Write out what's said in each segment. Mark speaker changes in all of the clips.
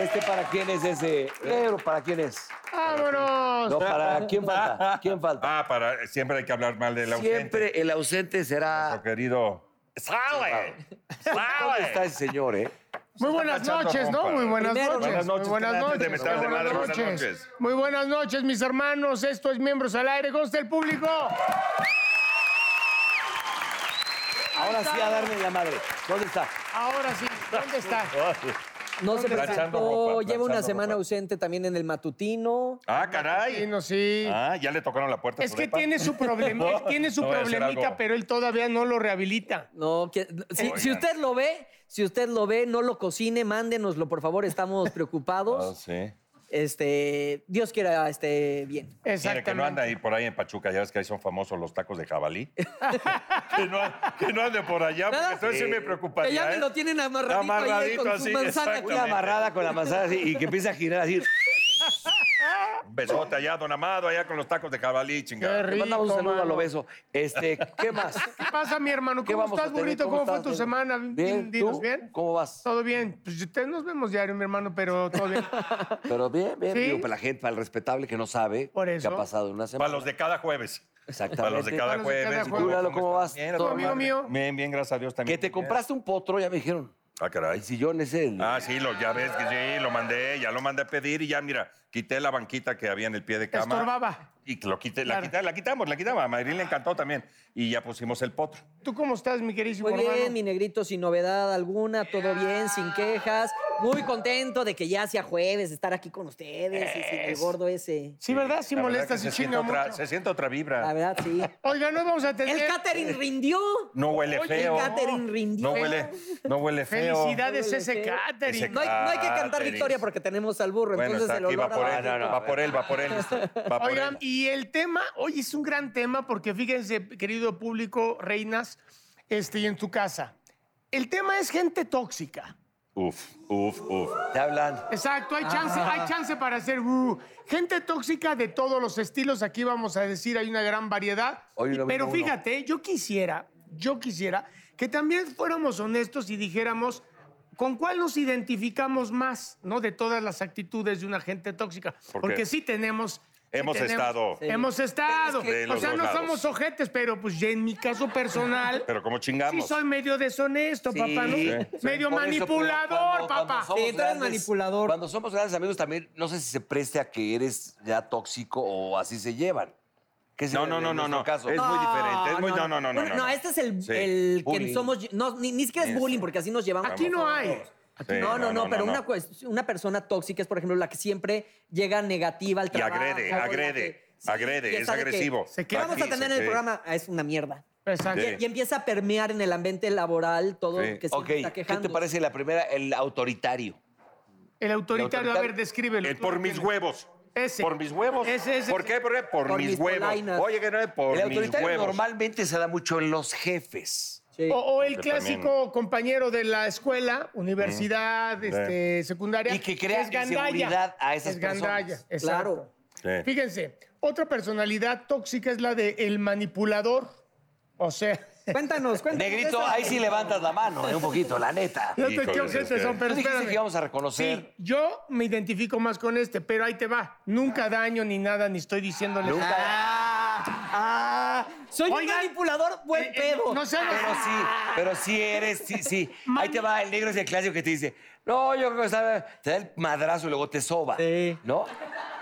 Speaker 1: ¿Este para quién es ese? Negro, ¿para quién es?
Speaker 2: ¡Vámonos!
Speaker 1: No, para quién falta. ¿Quién falta?
Speaker 3: Ah, para, siempre hay que hablar mal del ausente.
Speaker 1: Siempre el ausente será.
Speaker 3: Nuestro querido. ¡Sale!
Speaker 1: ¿Cómo está
Speaker 3: ¡Sale!
Speaker 1: ese señor, eh?
Speaker 2: Muy buenas
Speaker 3: Está cachando,
Speaker 2: noches, ¿no?
Speaker 3: compadre.
Speaker 2: Muy buenas
Speaker 1: Primero,
Speaker 2: noches.
Speaker 3: buenas noches,
Speaker 2: Muy buenas
Speaker 3: que antes de
Speaker 2: noches. Muy
Speaker 3: meterle
Speaker 2: buenas
Speaker 3: madre, buenas
Speaker 2: noches.
Speaker 3: noches.
Speaker 2: Muy buenas noches, mis hermanos. Esto es Miembros al Aire. ¿Cómo está el público?
Speaker 1: Ahora sí a darme la madre. ¿Dónde está?
Speaker 2: Ahora sí, ¿dónde está?
Speaker 4: No se
Speaker 3: Planchando
Speaker 4: presentó,
Speaker 3: ropa,
Speaker 4: lleva una
Speaker 3: planchando
Speaker 4: semana
Speaker 3: ropa.
Speaker 4: ausente también en el matutino.
Speaker 3: Ah,
Speaker 2: Sí,
Speaker 3: caray.
Speaker 2: no, sí.
Speaker 3: Ah, ya le tocaron la puerta. a
Speaker 2: Es
Speaker 3: su
Speaker 2: que
Speaker 3: depa.
Speaker 2: tiene su problema, él tiene su
Speaker 3: No, no voy a hacer
Speaker 2: problemita,
Speaker 3: algo.
Speaker 2: pero él todavía no lo rehabilita.
Speaker 4: No, que- si,
Speaker 3: Oigan.
Speaker 4: si usted lo ve, si usted lo ve, no lo cocine, mándenoslo, por favor, estamos
Speaker 3: Ah,
Speaker 4: preocupados.
Speaker 3: sí.
Speaker 4: Este, Dios quiera esté bien.
Speaker 3: Mire, que no anda
Speaker 2: Exactamente.
Speaker 3: ahí por ahí en Pachuca, ya ves que ahí son famosos los tacos de jabalí. que, no, que no ande por allá, porque
Speaker 4: Nada,
Speaker 3: entonces sí me preocuparía.
Speaker 4: Que ya me
Speaker 3: ¿eh?
Speaker 4: lo tienen amarradito, ahí
Speaker 3: Amarradito
Speaker 4: con
Speaker 3: así,
Speaker 4: su manzana.
Speaker 3: exactamente.
Speaker 1: Una amarrada con la manzana así y que empieza a girar así.
Speaker 3: Un besote allá, don Amado, allá con los tacos de jabalí,
Speaker 2: Qué
Speaker 3: chingada.
Speaker 1: Le mandamos un
Speaker 2: rico,
Speaker 1: saludo a
Speaker 2: mano.
Speaker 1: lo beso. Este, ¿qué más?
Speaker 2: ¿Qué pasa, mi hermano?
Speaker 1: ¿Qué
Speaker 2: ¿Cómo
Speaker 1: vamos a
Speaker 2: estás,
Speaker 1: tener?
Speaker 2: burrito? ¿Cómo, fue
Speaker 1: estás,
Speaker 2: tu
Speaker 1: negro?
Speaker 2: semana?
Speaker 1: Bien,
Speaker 2: Dinos,
Speaker 1: ¿tú?
Speaker 2: ¿bien?
Speaker 1: ¿Cómo vas?
Speaker 2: Todo bien. Pues ustedes nos vemos diario, mi hermano, pero todo bien.
Speaker 1: Pero bien, bien.
Speaker 2: Sí.
Speaker 1: Digo, para la gente, para el respetable que no sabe
Speaker 2: Por
Speaker 1: qué
Speaker 2: eso.
Speaker 1: ha pasado en una semana.
Speaker 3: Para los de cada jueves.
Speaker 1: Exactamente.
Speaker 3: Para los de cada
Speaker 2: Para los de cada
Speaker 3: jueves.
Speaker 2: jueves.
Speaker 1: Tú, Lalo, ¿cómo vas?
Speaker 3: Bien,
Speaker 1: Todo
Speaker 3: todo
Speaker 2: amigo
Speaker 3: madre.
Speaker 2: mío.
Speaker 3: Bien, bien, gracias a Dios también.
Speaker 1: Que te
Speaker 3: Bien.
Speaker 1: compraste un potro, ya me dijeron.
Speaker 3: Ah, caray.
Speaker 1: El sillón ese. el-
Speaker 3: Ah, sí, lo, ya ves que sí, lo mandé, ya lo mandé a pedir y ya, mira, quité la banquita que había en el pie de
Speaker 2: Te
Speaker 3: cama.
Speaker 2: estorbaba.
Speaker 3: Y lo quité, la,
Speaker 2: Claro.
Speaker 3: quité- la quitamos, la quitamos. A Mayrín le encantó también. Y ya pusimos el potro.
Speaker 2: ¿Tú cómo estás, mi queridísimo
Speaker 4: Muy bien,
Speaker 2: hermano?
Speaker 4: mi negrito, sin novedad alguna, todo bien, sin quejas. Muy contento de que ya sea jueves, estar aquí con ustedes y sin el gordo ese.
Speaker 2: Sí, ¿verdad? Sí
Speaker 3: La verdad
Speaker 2: molesta,
Speaker 3: que
Speaker 2: sí
Speaker 3: se siente
Speaker 2: chinga
Speaker 3: otra-
Speaker 2: mucho.
Speaker 3: Se siente otra
Speaker 4: La
Speaker 3: vibra.
Speaker 4: verdad, sí.
Speaker 2: Oiga, no vamos a tener...
Speaker 4: El catering rindió.
Speaker 3: No huele
Speaker 2: Oye,
Speaker 3: feo.
Speaker 4: Catherine rindió.
Speaker 3: No huele, no huele feo.
Speaker 2: Felicidades
Speaker 4: Feo.
Speaker 2: ese catering.
Speaker 3: Ese
Speaker 4: No hay, no hay que cantar
Speaker 3: Catering.
Speaker 4: victoria porque tenemos al burro,
Speaker 3: Bueno,
Speaker 4: entonces
Speaker 3: está
Speaker 4: el
Speaker 3: aquí, va
Speaker 4: olor a
Speaker 3: por
Speaker 4: la
Speaker 3: él, va por él, va por él. Va por
Speaker 2: Oigan,
Speaker 3: él.
Speaker 2: y el tema, hoy es un gran tema porque fíjense, querido público, reinas, este, y en tu casa. El tema es gente tóxica.
Speaker 3: Uf, uf, uf.
Speaker 1: Te hablan.
Speaker 2: Exacto, hay chance,
Speaker 3: Ah.
Speaker 2: hay chance para hacer uh, gente tóxica de todos los estilos. Aquí vamos a decir, hay una gran variedad.
Speaker 1: Hoy lo vi
Speaker 2: Pero
Speaker 1: uno.
Speaker 2: fíjate, yo quisiera, yo quisiera que también fuéramos honestos y dijéramos con cuál nos identificamos más, ¿no? De todas las actitudes de una gente tóxica.
Speaker 3: ¿Por qué?
Speaker 2: Porque sí tenemos. sí
Speaker 3: Hemos
Speaker 2: tenemos-
Speaker 3: estado. Sí.
Speaker 2: Hemos estado.
Speaker 3: De
Speaker 2: O
Speaker 3: los
Speaker 2: sea,
Speaker 3: dos
Speaker 2: no
Speaker 3: lados.
Speaker 2: somos ojetes, pero pues ya en mi caso personal.
Speaker 3: Pero como
Speaker 2: Sí,
Speaker 3: chingamos.
Speaker 2: soy medio deshonesto,
Speaker 1: Sí,
Speaker 2: papá, ¿no?
Speaker 1: sí.
Speaker 2: Medio
Speaker 1: Por eso, pero
Speaker 2: manipulador,
Speaker 1: cuando- cuando
Speaker 2: papá.
Speaker 1: somos
Speaker 4: Sí, tú eres
Speaker 1: grandes-
Speaker 4: manipulador.
Speaker 1: Cuando somos grandes amigos también, no sé si se preste a que eres ya tóxico o así se llevan. ¿Qué se
Speaker 3: No,
Speaker 1: ve
Speaker 3: no,
Speaker 1: en
Speaker 3: no, no,
Speaker 1: nuestro
Speaker 3: no.
Speaker 1: Caso?
Speaker 3: Es muy diferente. Es muy, no, no, no, no.
Speaker 4: Ah, Bueno, este es el,
Speaker 3: Sí,
Speaker 4: el que
Speaker 1: bullying.
Speaker 4: somos. No, ni, ni siquiera es bullying, porque así nos llevamos.
Speaker 2: Aquí no hay.
Speaker 3: Sí,
Speaker 4: no, no, no, pero
Speaker 3: no.
Speaker 4: Una, cues- una persona tóxica es, por ejemplo, la que siempre llega negativa al
Speaker 3: Y
Speaker 4: trabajo.
Speaker 3: agrede,
Speaker 4: o la
Speaker 3: agrede,
Speaker 4: que- sí,
Speaker 3: agrede, es
Speaker 4: empieza de que
Speaker 3: agresivo.
Speaker 2: se queda-
Speaker 4: Vamos a
Speaker 3: Aquí,
Speaker 4: tener en
Speaker 3: sí,
Speaker 4: el
Speaker 3: sí.
Speaker 4: programa. ah, es una mierda.
Speaker 2: Exacto.
Speaker 3: Sí.
Speaker 4: Y, y empieza a permear en el ambiente laboral todo
Speaker 3: Sí.
Speaker 4: lo que se
Speaker 1: Ok,
Speaker 4: está
Speaker 1: ¿qué
Speaker 4: quejando.
Speaker 1: te parece la primera, el autoritario? El
Speaker 2: El autoritario, a
Speaker 1: autoritario.
Speaker 2: ver, descríbelo.
Speaker 3: El Eh, por mis huevos.
Speaker 2: Ese.
Speaker 3: Por mis huevos.
Speaker 2: Ese, ese.
Speaker 3: ¿Por qué? Porque por,
Speaker 4: Por
Speaker 3: mis,
Speaker 4: mis
Speaker 3: huevos.
Speaker 4: polainas.
Speaker 3: Oye, que no es por
Speaker 1: el
Speaker 3: mis
Speaker 1: autoritario
Speaker 3: huevos.
Speaker 1: normalmente se da mucho en los jefes.
Speaker 4: Sí.
Speaker 2: O, o el
Speaker 3: Porque también-
Speaker 2: clásico compañero de la escuela, universidad, este, secundaria.
Speaker 1: Y que crea
Speaker 2: es gandalla.
Speaker 1: inseguridad a esas
Speaker 2: Es gandalla,
Speaker 1: personas.
Speaker 2: exacto.
Speaker 3: Sí.
Speaker 2: Fíjense, otra personalidad tóxica es la de el manipulador. O sea,
Speaker 4: Cuéntanos, cuéntanos.
Speaker 1: Negrito,
Speaker 4: esa-
Speaker 1: ahí sí levantas la mano, eh, un poquito, la neta.
Speaker 2: no te
Speaker 3: Híjole,
Speaker 2: quiero
Speaker 3: es que-
Speaker 2: gente son,
Speaker 1: Tú
Speaker 2: pero
Speaker 1: dijiste que
Speaker 2: espérame.
Speaker 1: íbamos a reconocer.
Speaker 2: Sí, yo me identifico más con este, pero ahí te va. Nunca daño ni nada, ni estoy diciéndole.
Speaker 4: Ah, soy un
Speaker 2: Oigan,
Speaker 4: manipulador buen
Speaker 2: eh, eh,
Speaker 4: pedo.
Speaker 2: No sean
Speaker 1: Pero sí, pero sí eres, sí, sí. Ahí te va, el negro es el clásico que te dice, no, yo creo que sabe", te da el madrazo y luego te soba.
Speaker 4: Sí.
Speaker 1: ¿No?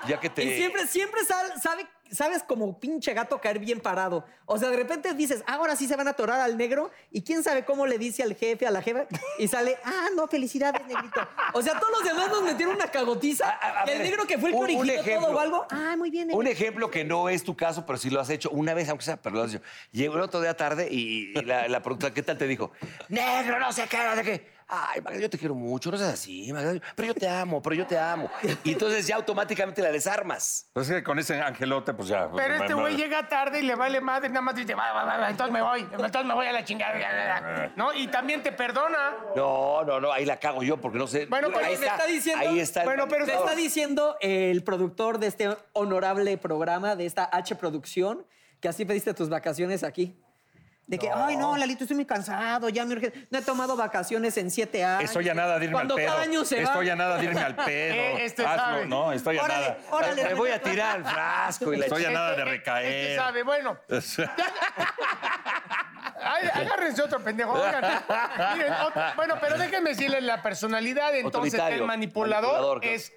Speaker 1: Ya que te.
Speaker 4: Y siempre, siempre sal- sabe, sabes como pinche gato caer bien parado. O sea, de repente dices, "Ah, ahora sí se van a atorar al negro y quién sabe cómo le dice al jefe, a la jefa, y sale, ah, no, felicidades, negrito. O sea, todos los demás nos metieron una cagotiza.
Speaker 1: A- a- a
Speaker 4: y el
Speaker 1: ver,
Speaker 4: negro que fue el que
Speaker 1: un- un
Speaker 4: originó todo
Speaker 1: ejemplo.
Speaker 4: o algo, ah, muy bien,
Speaker 1: Un
Speaker 4: negrito.
Speaker 1: ejemplo que no es tu caso, pero sí lo has hecho una vez, aunque sea, pero lo has hecho. Llegó el otro día tarde y, y la, la productora, ¿qué tal? Te dijo, negro, no sé qué, no sé qué. Ay, Magda, yo te quiero mucho, no seas así, Magda, pero yo te amo, pero yo te amo. Y entonces ya automáticamente la desarmas.
Speaker 3: Pues es que con ese angelote, pues ya.
Speaker 2: Pero
Speaker 3: pues,
Speaker 2: este
Speaker 3: ma-
Speaker 2: güey
Speaker 3: ma-
Speaker 2: llega tarde y le vale madre, nada más dice, va, va, va, va, entonces me voy, entonces me voy a la chingada. ya, ya,
Speaker 3: Eh.
Speaker 2: ya", ¿No? Y también te perdona.
Speaker 1: No, no, no, ahí la cago yo porque no sé.
Speaker 2: Bueno, pero
Speaker 1: ahí
Speaker 4: Oye, me está diciendo,
Speaker 1: Ahí está. el
Speaker 2: Bueno, pero
Speaker 4: me
Speaker 1: manipulado.
Speaker 4: está diciendo el productor de este honorable programa, de esta H producción, que así pediste tus vacaciones aquí. De que, ay, no, Lalito, estoy muy cansado, ya me urge. No he tomado vacaciones en siete años.
Speaker 3: Estoy a nada de irme
Speaker 4: Cuando
Speaker 3: al pedo.
Speaker 4: cada año se va.
Speaker 3: estoy a nada de irme al pedo.
Speaker 2: Eh, este
Speaker 3: Hazlo.
Speaker 2: sabe.
Speaker 3: No, estoy a
Speaker 4: Órale,
Speaker 3: nada.
Speaker 4: órale,
Speaker 1: Me voy a tirar al frasco y la
Speaker 3: Estoy a
Speaker 1: chi-
Speaker 3: nada de
Speaker 2: Este-
Speaker 3: recaer.
Speaker 2: este sabe, bueno. Ay, agárrense otro pendejo. oigan. Miren, otro- bueno, pero déjenme decirles la personalidad entonces del
Speaker 1: Autoritario,
Speaker 2: manipulador,
Speaker 1: manipulador, claro.
Speaker 2: es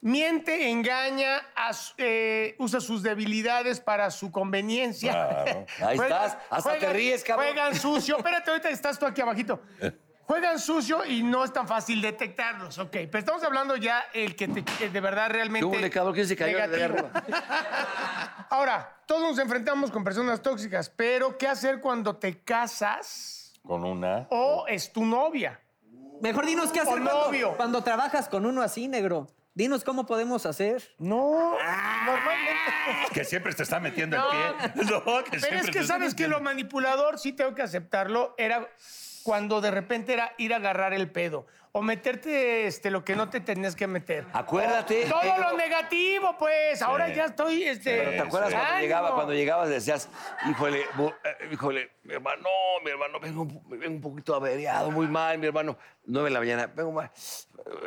Speaker 2: miente, engaña, as- eh, usa sus debilidades para su conveniencia.
Speaker 3: Claro.
Speaker 1: Ahí estás, hasta te ríes, cabrón.
Speaker 2: Juegan sucio. Espérate, ahorita estás tú aquí abajito. Juegan sucio y no es tan fácil detectarlos. Ok, pero estamos hablando ya el que te- que de verdad realmente.
Speaker 1: Tú, de cabrón, ¿quién se cayó de
Speaker 2: este, negativo.
Speaker 1: arriba?
Speaker 2: Ahora, todos nos enfrentamos con personas tóxicas, pero ¿qué hacer cuando te casas
Speaker 3: Con una.
Speaker 2: o es tu novia?
Speaker 4: Mejor dinos qué hacer
Speaker 2: O
Speaker 4: cuando,
Speaker 2: novio.
Speaker 4: cuando trabajas con uno así, negro. Dinos cómo podemos hacer.
Speaker 2: No, normalmente.
Speaker 3: Que siempre te está metiendo
Speaker 2: No.
Speaker 3: el pie. No, que
Speaker 2: Pero
Speaker 3: siempre
Speaker 2: es
Speaker 3: te
Speaker 2: que
Speaker 3: está
Speaker 2: sabes que
Speaker 3: metiendo-
Speaker 2: lo manipulador, sí tengo que aceptarlo, era cuando de repente era ir a agarrar el pedo o meterte este, lo que no te tenías que meter.
Speaker 1: Acuérdate.
Speaker 2: Todo
Speaker 1: negro,
Speaker 2: lo negativo, pues. Ahora ya estoy. Este,
Speaker 1: Pero ¿Te acuerdas cuando
Speaker 2: sano.
Speaker 1: llegaba, cuando llegabas decías, híjole, bu- eh, híjole, mi hermano, mi hermano, vengo, un po- vengo un poquito averiado, muy mal, mi hermano, nueve de la mañana, vengo mal,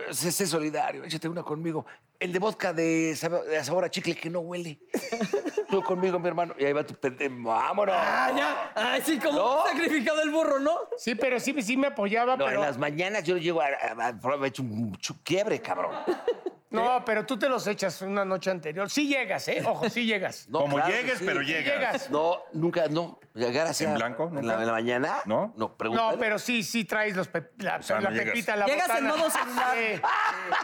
Speaker 1: eh, sé, sé solidario, échate una conmigo, el de vodka de sab- de sabor a chicle que no huele, tú conmigo, mi hermano, y ahí va tu pende- vámonos.
Speaker 4: Ah, ya. Ay, sí, como
Speaker 1: No.
Speaker 4: sacrificado el burro, ¿no?
Speaker 2: Sí, pero sí, sí me apoyaba,
Speaker 1: No, en
Speaker 2: pero.
Speaker 1: las mañanas yo llego a, a- a- probablemente hecho un chu- quiebre, cabrón. ¿Eh?
Speaker 2: No, pero tú te los echas una noche anterior. Sí llegas, ¿eh? Ojo, sí llegas.
Speaker 1: No,
Speaker 3: Como
Speaker 1: claro que
Speaker 3: llegues,
Speaker 1: sí.
Speaker 3: pero llegas.
Speaker 2: Llegas.
Speaker 1: No, nunca, no. Llegar así
Speaker 3: ¿En
Speaker 1: a-
Speaker 3: blanco?
Speaker 1: En
Speaker 3: ¿Nunca?
Speaker 1: la, en la mañana.
Speaker 3: ¿No?
Speaker 1: No, pregúntale.
Speaker 2: No, pero sí, sí traes los pep- la,
Speaker 3: sea,
Speaker 2: la
Speaker 3: no llegas.
Speaker 2: pepita, la
Speaker 4: Llegas en
Speaker 2: botana.
Speaker 4: modo celular.
Speaker 2: Sí.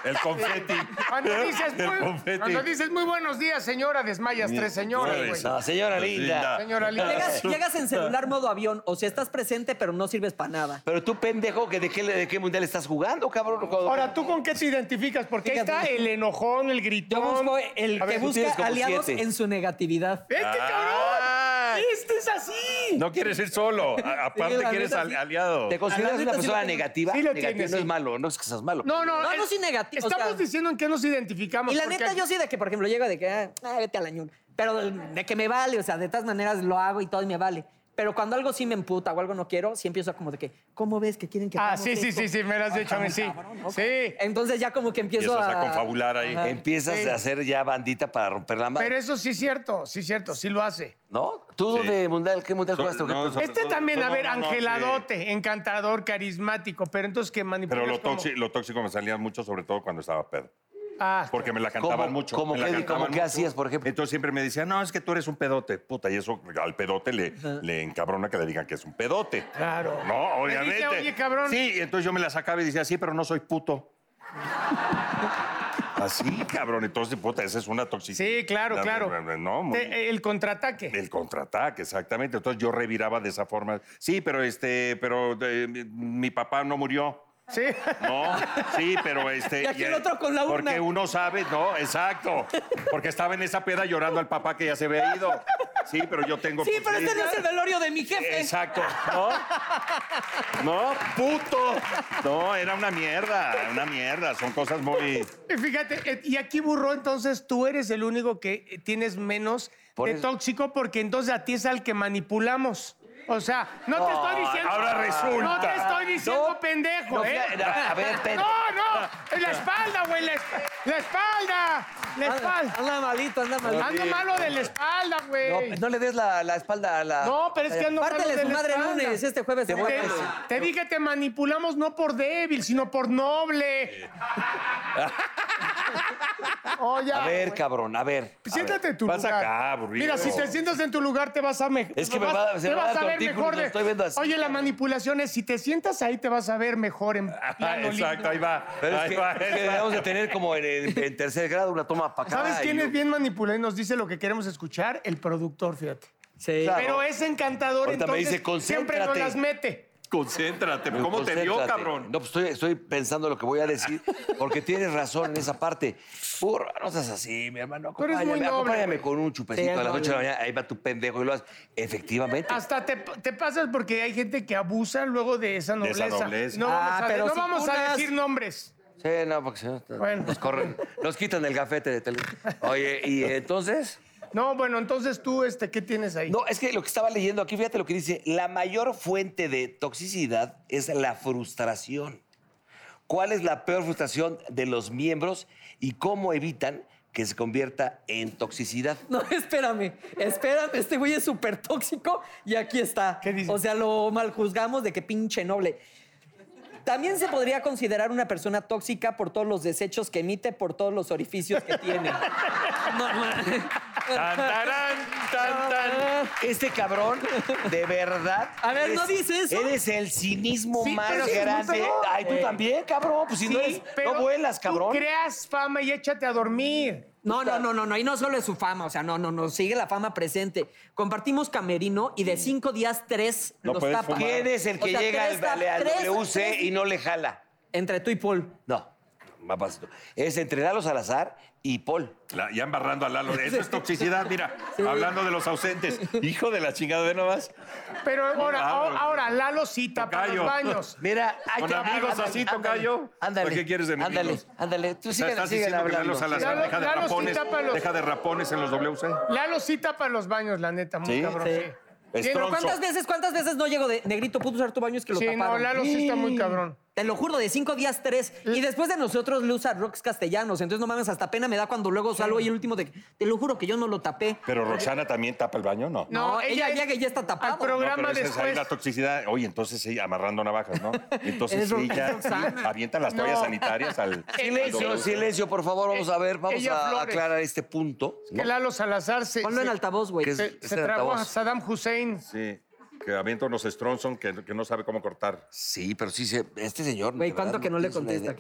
Speaker 3: El confeti.
Speaker 2: Cuando dices,
Speaker 3: El
Speaker 2: muy,
Speaker 3: confeti.
Speaker 2: cuando dices muy buenos días, señora, desmayas tres señoras, güey.
Speaker 1: No, señora linda.
Speaker 2: Señora
Speaker 3: Ah.
Speaker 2: linda.
Speaker 4: Llegas, llegas en celular modo avión, o sea, estás presente, pero no sirves para nada.
Speaker 1: Pero tú, pendejo, ¿que de, qué, ¿de qué mundial estás jugando, cabrón?
Speaker 2: Ahora, ¿tú con qué te identificas? Porque ahí está
Speaker 4: Fíjate.
Speaker 2: el enojón, el gritón.
Speaker 4: Yo busco el
Speaker 2: A ver,
Speaker 4: que
Speaker 2: tú
Speaker 4: busca
Speaker 1: tienes como
Speaker 4: aliados
Speaker 1: siete.
Speaker 4: en su negatividad.
Speaker 2: ¡Este
Speaker 3: Ah.
Speaker 2: cabrón! ¡Este es así!
Speaker 3: No quieres ir solo. A- aparte,
Speaker 4: Sí, la
Speaker 3: quieres
Speaker 4: neta,
Speaker 3: al-
Speaker 4: sí.
Speaker 3: aliado.
Speaker 1: ¿Te consideras
Speaker 4: la
Speaker 1: una
Speaker 4: neta sí lo
Speaker 1: persona
Speaker 4: tengo.
Speaker 1: negativa?
Speaker 2: Sí lo
Speaker 1: Negativa
Speaker 2: tienes,
Speaker 1: no
Speaker 2: sí.
Speaker 1: es malo, no es que seas malo.
Speaker 2: No, no,
Speaker 4: No,
Speaker 2: es-
Speaker 4: no soy negativo, o
Speaker 2: Estamos
Speaker 4: sea-
Speaker 2: diciendo en qué nos identificamos.
Speaker 4: Y la
Speaker 2: porque-
Speaker 4: neta, yo sí de que, por ejemplo, llego de que, ah, ah, vete a la ñun. Pero de de que me vale, o sea, de todas maneras lo hago y todo y me vale. Pero cuando algo sí me emputa o algo no quiero, sí empiezo como de que, ¿cómo ves que quieren que
Speaker 2: Ah,
Speaker 4: hagamos
Speaker 2: sí, sí,
Speaker 4: esto?
Speaker 2: sí, sí, me lo has
Speaker 4: Ah,
Speaker 2: dicho a mí, sí.
Speaker 4: cabrón, ok.
Speaker 2: Sí.
Speaker 4: Entonces ya como que empiezo
Speaker 3: Empiezas
Speaker 4: a...
Speaker 3: a confabular ahí.
Speaker 4: Ajá.
Speaker 1: Empiezas
Speaker 2: Sí.
Speaker 1: a hacer ya bandita para romper la madre.
Speaker 2: Pero eso sí es cierto, sí es cierto, sí lo hace.
Speaker 1: ¿No? ¿Tú
Speaker 3: Sí.
Speaker 1: de mundial, qué mundial
Speaker 3: So-
Speaker 1: jugaste? o qué
Speaker 3: no,
Speaker 1: persona?
Speaker 3: sobre
Speaker 2: Este
Speaker 3: todo-
Speaker 2: también, a
Speaker 3: no,
Speaker 2: ver,
Speaker 3: no, no,
Speaker 2: angeladote, encantador, carismático, pero entonces que manipula.
Speaker 3: Pero lo, tóxi- lo tóxico me salía mucho, sobre todo cuando estaba pedo.
Speaker 2: Ah,
Speaker 3: Porque me la cantaban
Speaker 1: ¿Cómo-
Speaker 3: mucho.
Speaker 1: cómo
Speaker 3: me la
Speaker 1: qué-
Speaker 3: cantaban
Speaker 1: cómo qué
Speaker 3: mucho.
Speaker 1: hacías, por ejemplo?
Speaker 3: Entonces siempre me decían, no, es que tú eres un pedote, puta. Y eso al pedote le, le encabrona que le digan que es un pedote.
Speaker 2: Claro.
Speaker 3: No,
Speaker 2: Me dice,
Speaker 3: obviamente.
Speaker 2: "Oye, cabrón".
Speaker 3: Sí, y entonces yo me la sacaba y decía, sí, pero no soy puto. Así, cabrón. Entonces, puta, esa es una toxicidad.
Speaker 2: sí, claro, claro.
Speaker 3: No, muy-
Speaker 2: Te- eh, el contraataque.
Speaker 3: el contraataque, exactamente. Entonces yo reviraba de esa forma. Sí, pero este, pero eh, mi, mi papá no murió.
Speaker 2: Sí.
Speaker 3: No, sí, pero este.
Speaker 4: Y aquí el otro con la urna.
Speaker 3: Porque uno sabe, no, exacto. Porque estaba en esa peda llorando al papá que ya se había ido. Sí, pero yo tengo. pues,
Speaker 4: Sí, pero este no es el velorio de mi jefe.
Speaker 3: Exacto, ¿no? No, puto. No, era una mierda, una mierda. Son cosas muy.
Speaker 2: Y Fíjate, eh, y aquí burro, entonces tú eres el único que eh, tienes menos
Speaker 1: Por
Speaker 2: de
Speaker 1: eso-
Speaker 2: tóxico porque entonces a ti es al que manipulamos. O sea, no te estoy diciendo.
Speaker 3: ahora resulta.
Speaker 2: No te estoy diciendo pendejo,
Speaker 1: No,
Speaker 2: ¿eh?
Speaker 1: fíjate, a ver, pendejo.
Speaker 2: No, no, es la espalda, güey, la, es- la espalda, la
Speaker 1: Ah,
Speaker 4: Anda,
Speaker 2: espalda.
Speaker 4: anda malito, anda malito.
Speaker 2: Ando malo de la espalda, güey.
Speaker 1: No, no le des la, la espalda a la.
Speaker 2: No, pero es que ando malo
Speaker 4: Pártele
Speaker 2: de
Speaker 4: su
Speaker 2: la
Speaker 4: madre el
Speaker 2: espalda.
Speaker 4: lunes, este jueves.
Speaker 1: Te
Speaker 4: ¿no?
Speaker 1: voy a-
Speaker 2: Te, te dije, te manipulamos no por débil, sino por noble. Oye,
Speaker 1: A ver, cabrón, a ver. a
Speaker 2: Oh, siéntate
Speaker 1: ver.
Speaker 2: en tu
Speaker 3: Vas
Speaker 2: lugar.
Speaker 3: acá, aburrido.
Speaker 2: Mira, si te sientas en tu lugar, te vas a me-
Speaker 1: Es que me
Speaker 2: vas-
Speaker 1: va- se
Speaker 2: te
Speaker 1: me va a
Speaker 2: vas
Speaker 1: dar tu
Speaker 2: a ver
Speaker 1: artículo,
Speaker 2: mejor.
Speaker 1: lo
Speaker 2: de-
Speaker 1: estoy viendo así.
Speaker 2: Oye, la manipulación es si te sientas ahí, te vas a ver mejor en
Speaker 3: Ah,
Speaker 2: plano
Speaker 3: exacto,
Speaker 2: limpio.
Speaker 3: ahí va.
Speaker 1: Pero es
Speaker 3: ahí
Speaker 1: que,
Speaker 3: va,
Speaker 1: es que
Speaker 3: ahí va.
Speaker 1: debemos de tener como en, en- en tercer grado una toma para acá.
Speaker 2: ¿Sabes
Speaker 1: y
Speaker 2: quién es
Speaker 1: luego-
Speaker 2: bien manipulado y nos dice lo que queremos escuchar? El productor, fíjate.
Speaker 4: Sí.
Speaker 1: Claro.
Speaker 2: Pero es encantador,
Speaker 1: Ahorita me
Speaker 2: entonces
Speaker 1: dice,
Speaker 2: siempre nos
Speaker 1: "Concéntrate".
Speaker 2: las mete.
Speaker 3: Concéntrate,
Speaker 1: Pero
Speaker 3: ¿cómo te dio,
Speaker 1: concéntrate.
Speaker 3: cabrón?
Speaker 1: No, pues estoy, estoy pensando lo que voy a decir, porque tienes razón en esa parte. Burra, no seas así, mi hermano.
Speaker 2: Tú eres muy
Speaker 1: Acompáñame,
Speaker 2: noble,
Speaker 1: acompáñame
Speaker 2: güey.
Speaker 1: con un chupecito
Speaker 4: Sí,
Speaker 1: a las
Speaker 4: noble.
Speaker 1: 8 de la mañana. Ahí va tu pendejo y lo haces. Efectivamente.
Speaker 2: Hasta te, te pasas porque hay gente que abusa luego de esa
Speaker 3: De
Speaker 2: nobleza.
Speaker 3: esa nobleza.
Speaker 2: No,
Speaker 4: Ah,
Speaker 2: vamos, a,
Speaker 4: pero
Speaker 2: no
Speaker 4: si
Speaker 2: vamos
Speaker 4: tú
Speaker 2: a
Speaker 4: nas-
Speaker 2: decir nombres.
Speaker 1: Sí, no, porque si no,
Speaker 2: Bueno.
Speaker 1: nos corren, nos quitan el gafete de tele. Oye, ¿y entonces?
Speaker 2: No, bueno, entonces tú, este, ¿qué tienes ahí?
Speaker 1: No, es que lo que estaba leyendo aquí, fíjate lo que dice, la mayor fuente de toxicidad es la frustración. ¿Cuál es la peor frustración de los miembros y cómo evitan que se convierta en toxicidad?
Speaker 4: No, espérame, espérame, este güey es súper tóxico y aquí está.
Speaker 2: ¿Qué dice?
Speaker 4: O sea, lo mal juzgamos de que pinche noble. También se podría considerar una persona tóxica por todos los desechos que emite, por todos los orificios que tiene. No,
Speaker 3: Tan, tarán, tan, tan.
Speaker 1: Este cabrón, de verdad.
Speaker 4: A ver, no dice eso.
Speaker 1: Eres el cinismo
Speaker 2: Sí,
Speaker 1: más
Speaker 2: pero sí,
Speaker 1: grande.
Speaker 2: no,
Speaker 1: Ay, tú también, cabrón. Pues si no eres, no vuelas, cabrón.
Speaker 2: Tú creas fama y échate a dormir.
Speaker 4: No, no, no, no, no. Y no solo es su fama, o sea, no, no, no. Sigue la fama presente. Compartimos camerino y de cinco días, tres
Speaker 3: No
Speaker 4: los
Speaker 3: puedes
Speaker 4: tapa.
Speaker 3: fumar.
Speaker 1: ¿Quién es el
Speaker 4: O
Speaker 1: que
Speaker 4: sea,
Speaker 1: llega
Speaker 4: tres
Speaker 1: al, al,
Speaker 4: tap-
Speaker 1: al
Speaker 4: tres-
Speaker 1: WC
Speaker 4: tres-
Speaker 1: y no le jala?
Speaker 4: Entre tú y Paul.
Speaker 1: No, papás. no. Es entre Lalo Salazar y Paul.
Speaker 3: La- ya embarrando a Lalo. Eso es toxicidad, mira.
Speaker 4: Sí.
Speaker 3: Hablando de los ausentes. Hijo de la chingada, ve nomás.
Speaker 2: Pero ahora,
Speaker 3: Claro.
Speaker 2: ahora, ahora, Lalo cita para
Speaker 3: Tocayo.
Speaker 2: los baños.
Speaker 1: Mira, hay
Speaker 3: Con amigos así, tocayo.
Speaker 1: Ándale.
Speaker 3: ¿Por qué quieres de mi
Speaker 1: Ándale,
Speaker 3: amigos?
Speaker 1: ándale. Tú
Speaker 3: O sea,
Speaker 1: sigue,
Speaker 3: estás
Speaker 1: sigue
Speaker 3: diciendo que
Speaker 1: hablando.
Speaker 3: Lalo Salazar
Speaker 2: Lalo-
Speaker 3: deja de
Speaker 2: Lalo sí
Speaker 3: rapones.
Speaker 2: tapa los-
Speaker 3: Deja de rapones en los WC.
Speaker 2: Lalo cita para los baños, la neta, muy
Speaker 3: Sí.
Speaker 2: cabrón.
Speaker 4: Sí.
Speaker 2: Sí. Sí, no,
Speaker 3: Estronzo.
Speaker 4: ¿Cuántas veces, cuántas veces no llego de negrito? ¿Puedo usar tu baño? Es que lo
Speaker 2: Sí, no,
Speaker 4: taparon.
Speaker 2: Lalo sí está muy cabrón.
Speaker 4: Te lo juro, de cinco días, tres. Y después de nosotros le usa rocks castellanos. Entonces, no mames, hasta pena me da cuando luego salgo y el último de... Te lo juro que yo no lo tapé.
Speaker 3: Pero Roxana también tapa el baño, ¿no?
Speaker 4: No, ella llega y ya está tapado.
Speaker 2: Al programa
Speaker 3: pero esa es ahí
Speaker 2: después.
Speaker 3: la toxicidad. Oye, entonces sí, amarrando navajas, ¿no?
Speaker 4: Es
Speaker 3: Entonces
Speaker 4: Ro-
Speaker 3: sí, ya
Speaker 4: es Roxana.
Speaker 3: sí, avientan las toallas
Speaker 2: No.
Speaker 3: sanitarias al. al
Speaker 1: Silencio,
Speaker 3: WC.
Speaker 1: silencio, por favor. Vamos a ver, vamos
Speaker 2: Ella
Speaker 1: a
Speaker 2: Flores.
Speaker 1: aclarar este punto.
Speaker 2: Que Lalo Salazar se,
Speaker 4: Ponlo en
Speaker 2: se-
Speaker 4: altavoz, güey.
Speaker 1: que es-
Speaker 2: se- se
Speaker 1: Está en
Speaker 2: tragó a
Speaker 1: altavoz.
Speaker 2: Saddam Hussein.
Speaker 3: Sí, que avienta unos Stronson que, que no sabe cómo cortar.
Speaker 1: Sí, pero sí, se, este señor.
Speaker 4: Güey,
Speaker 1: de verdad,
Speaker 4: ¿cuánto que no le
Speaker 1: tienes una
Speaker 4: contesta?
Speaker 1: idea.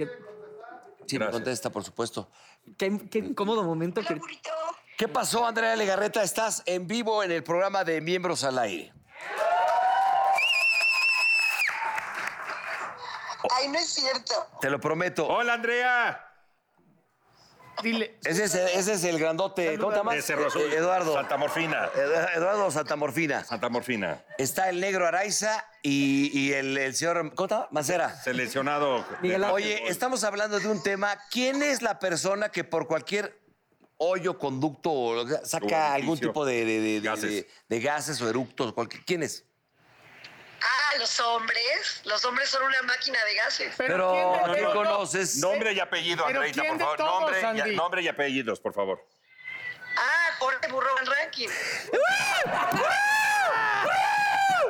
Speaker 4: Qué,
Speaker 1: Sí, me
Speaker 3: Gracias.
Speaker 1: contesta, por supuesto.
Speaker 4: qué- qué incómodo momento. que-
Speaker 1: ¿Qué pasó, Andrea Legarreta? Estás en vivo en el programa de Miembros al Aire.
Speaker 5: Ay, no es cierto.
Speaker 1: Te lo prometo.
Speaker 3: ¡Hola, Andrea!
Speaker 2: Dile,
Speaker 1: Ese es, ese es el grandote. ¿Cómo te llamas?
Speaker 3: De Cerro Azul.
Speaker 1: Eh, Eduardo. Eh.
Speaker 3: Santamorfina.
Speaker 1: Edu- Eduardo Santamorfina.
Speaker 3: Santamorfina.
Speaker 1: Está el negro Araiza y, y el, el señor. ¿Cómo te llama? Macera.
Speaker 3: Seleccionado.
Speaker 4: Miguel Ángel.
Speaker 1: Oye, estamos hablando de un tema. ¿Quién es la persona que por cualquier hoyo, conducto o lo que sea, saca
Speaker 3: O
Speaker 1: algún
Speaker 3: orificio.
Speaker 1: tipo de, de- de- de-
Speaker 3: Gases.
Speaker 1: de- de gases o eructos? cualquier- ¿Quién es?
Speaker 5: Ah, los hombres. Los hombres son una máquina de gases.
Speaker 1: Pero,
Speaker 2: ¿quién
Speaker 1: ¿a
Speaker 2: de
Speaker 1: quién
Speaker 2: todos?
Speaker 1: conoces?
Speaker 3: Nombre y apellido,
Speaker 2: Pero
Speaker 3: Andreita, por
Speaker 2: ¿quién de
Speaker 3: favor.
Speaker 2: todos,
Speaker 3: nombre, y,
Speaker 2: Andy?
Speaker 3: nombre y apellidos, por favor.
Speaker 5: Ah, ponte burro en ranking.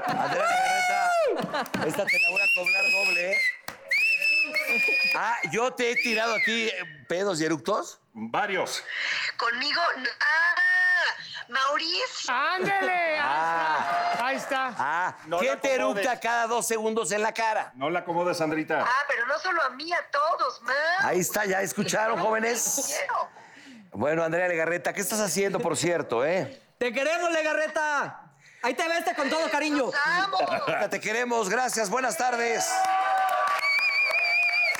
Speaker 1: Andrea Legarreta, esta te la voy a cobrar doble, ¿eh? Ah, yo te he tirado a ti eh, pedos y eructos.
Speaker 3: Varios.
Speaker 5: Conmigo. no- Ah, Mauricio.
Speaker 2: ándele, ahí está. Ahí está.
Speaker 1: Ah,
Speaker 3: No
Speaker 1: ¿quién
Speaker 3: la
Speaker 1: te
Speaker 3: acomodes.
Speaker 1: eructa cada dos segundos en la cara?
Speaker 3: No la acomodas, Sandrita.
Speaker 5: Ah, pero no solo a mí, a todos, más.
Speaker 1: Ahí está, ya escucharon, jóvenes.
Speaker 5: Quiero.
Speaker 1: Bueno, Andrea Legarreta, ¿qué estás haciendo, por cierto, eh?
Speaker 4: ¡Te queremos, Legarreta! Ahí te veste con todo cariño.
Speaker 5: Los amo.
Speaker 1: Te queremos, gracias, buenas tardes.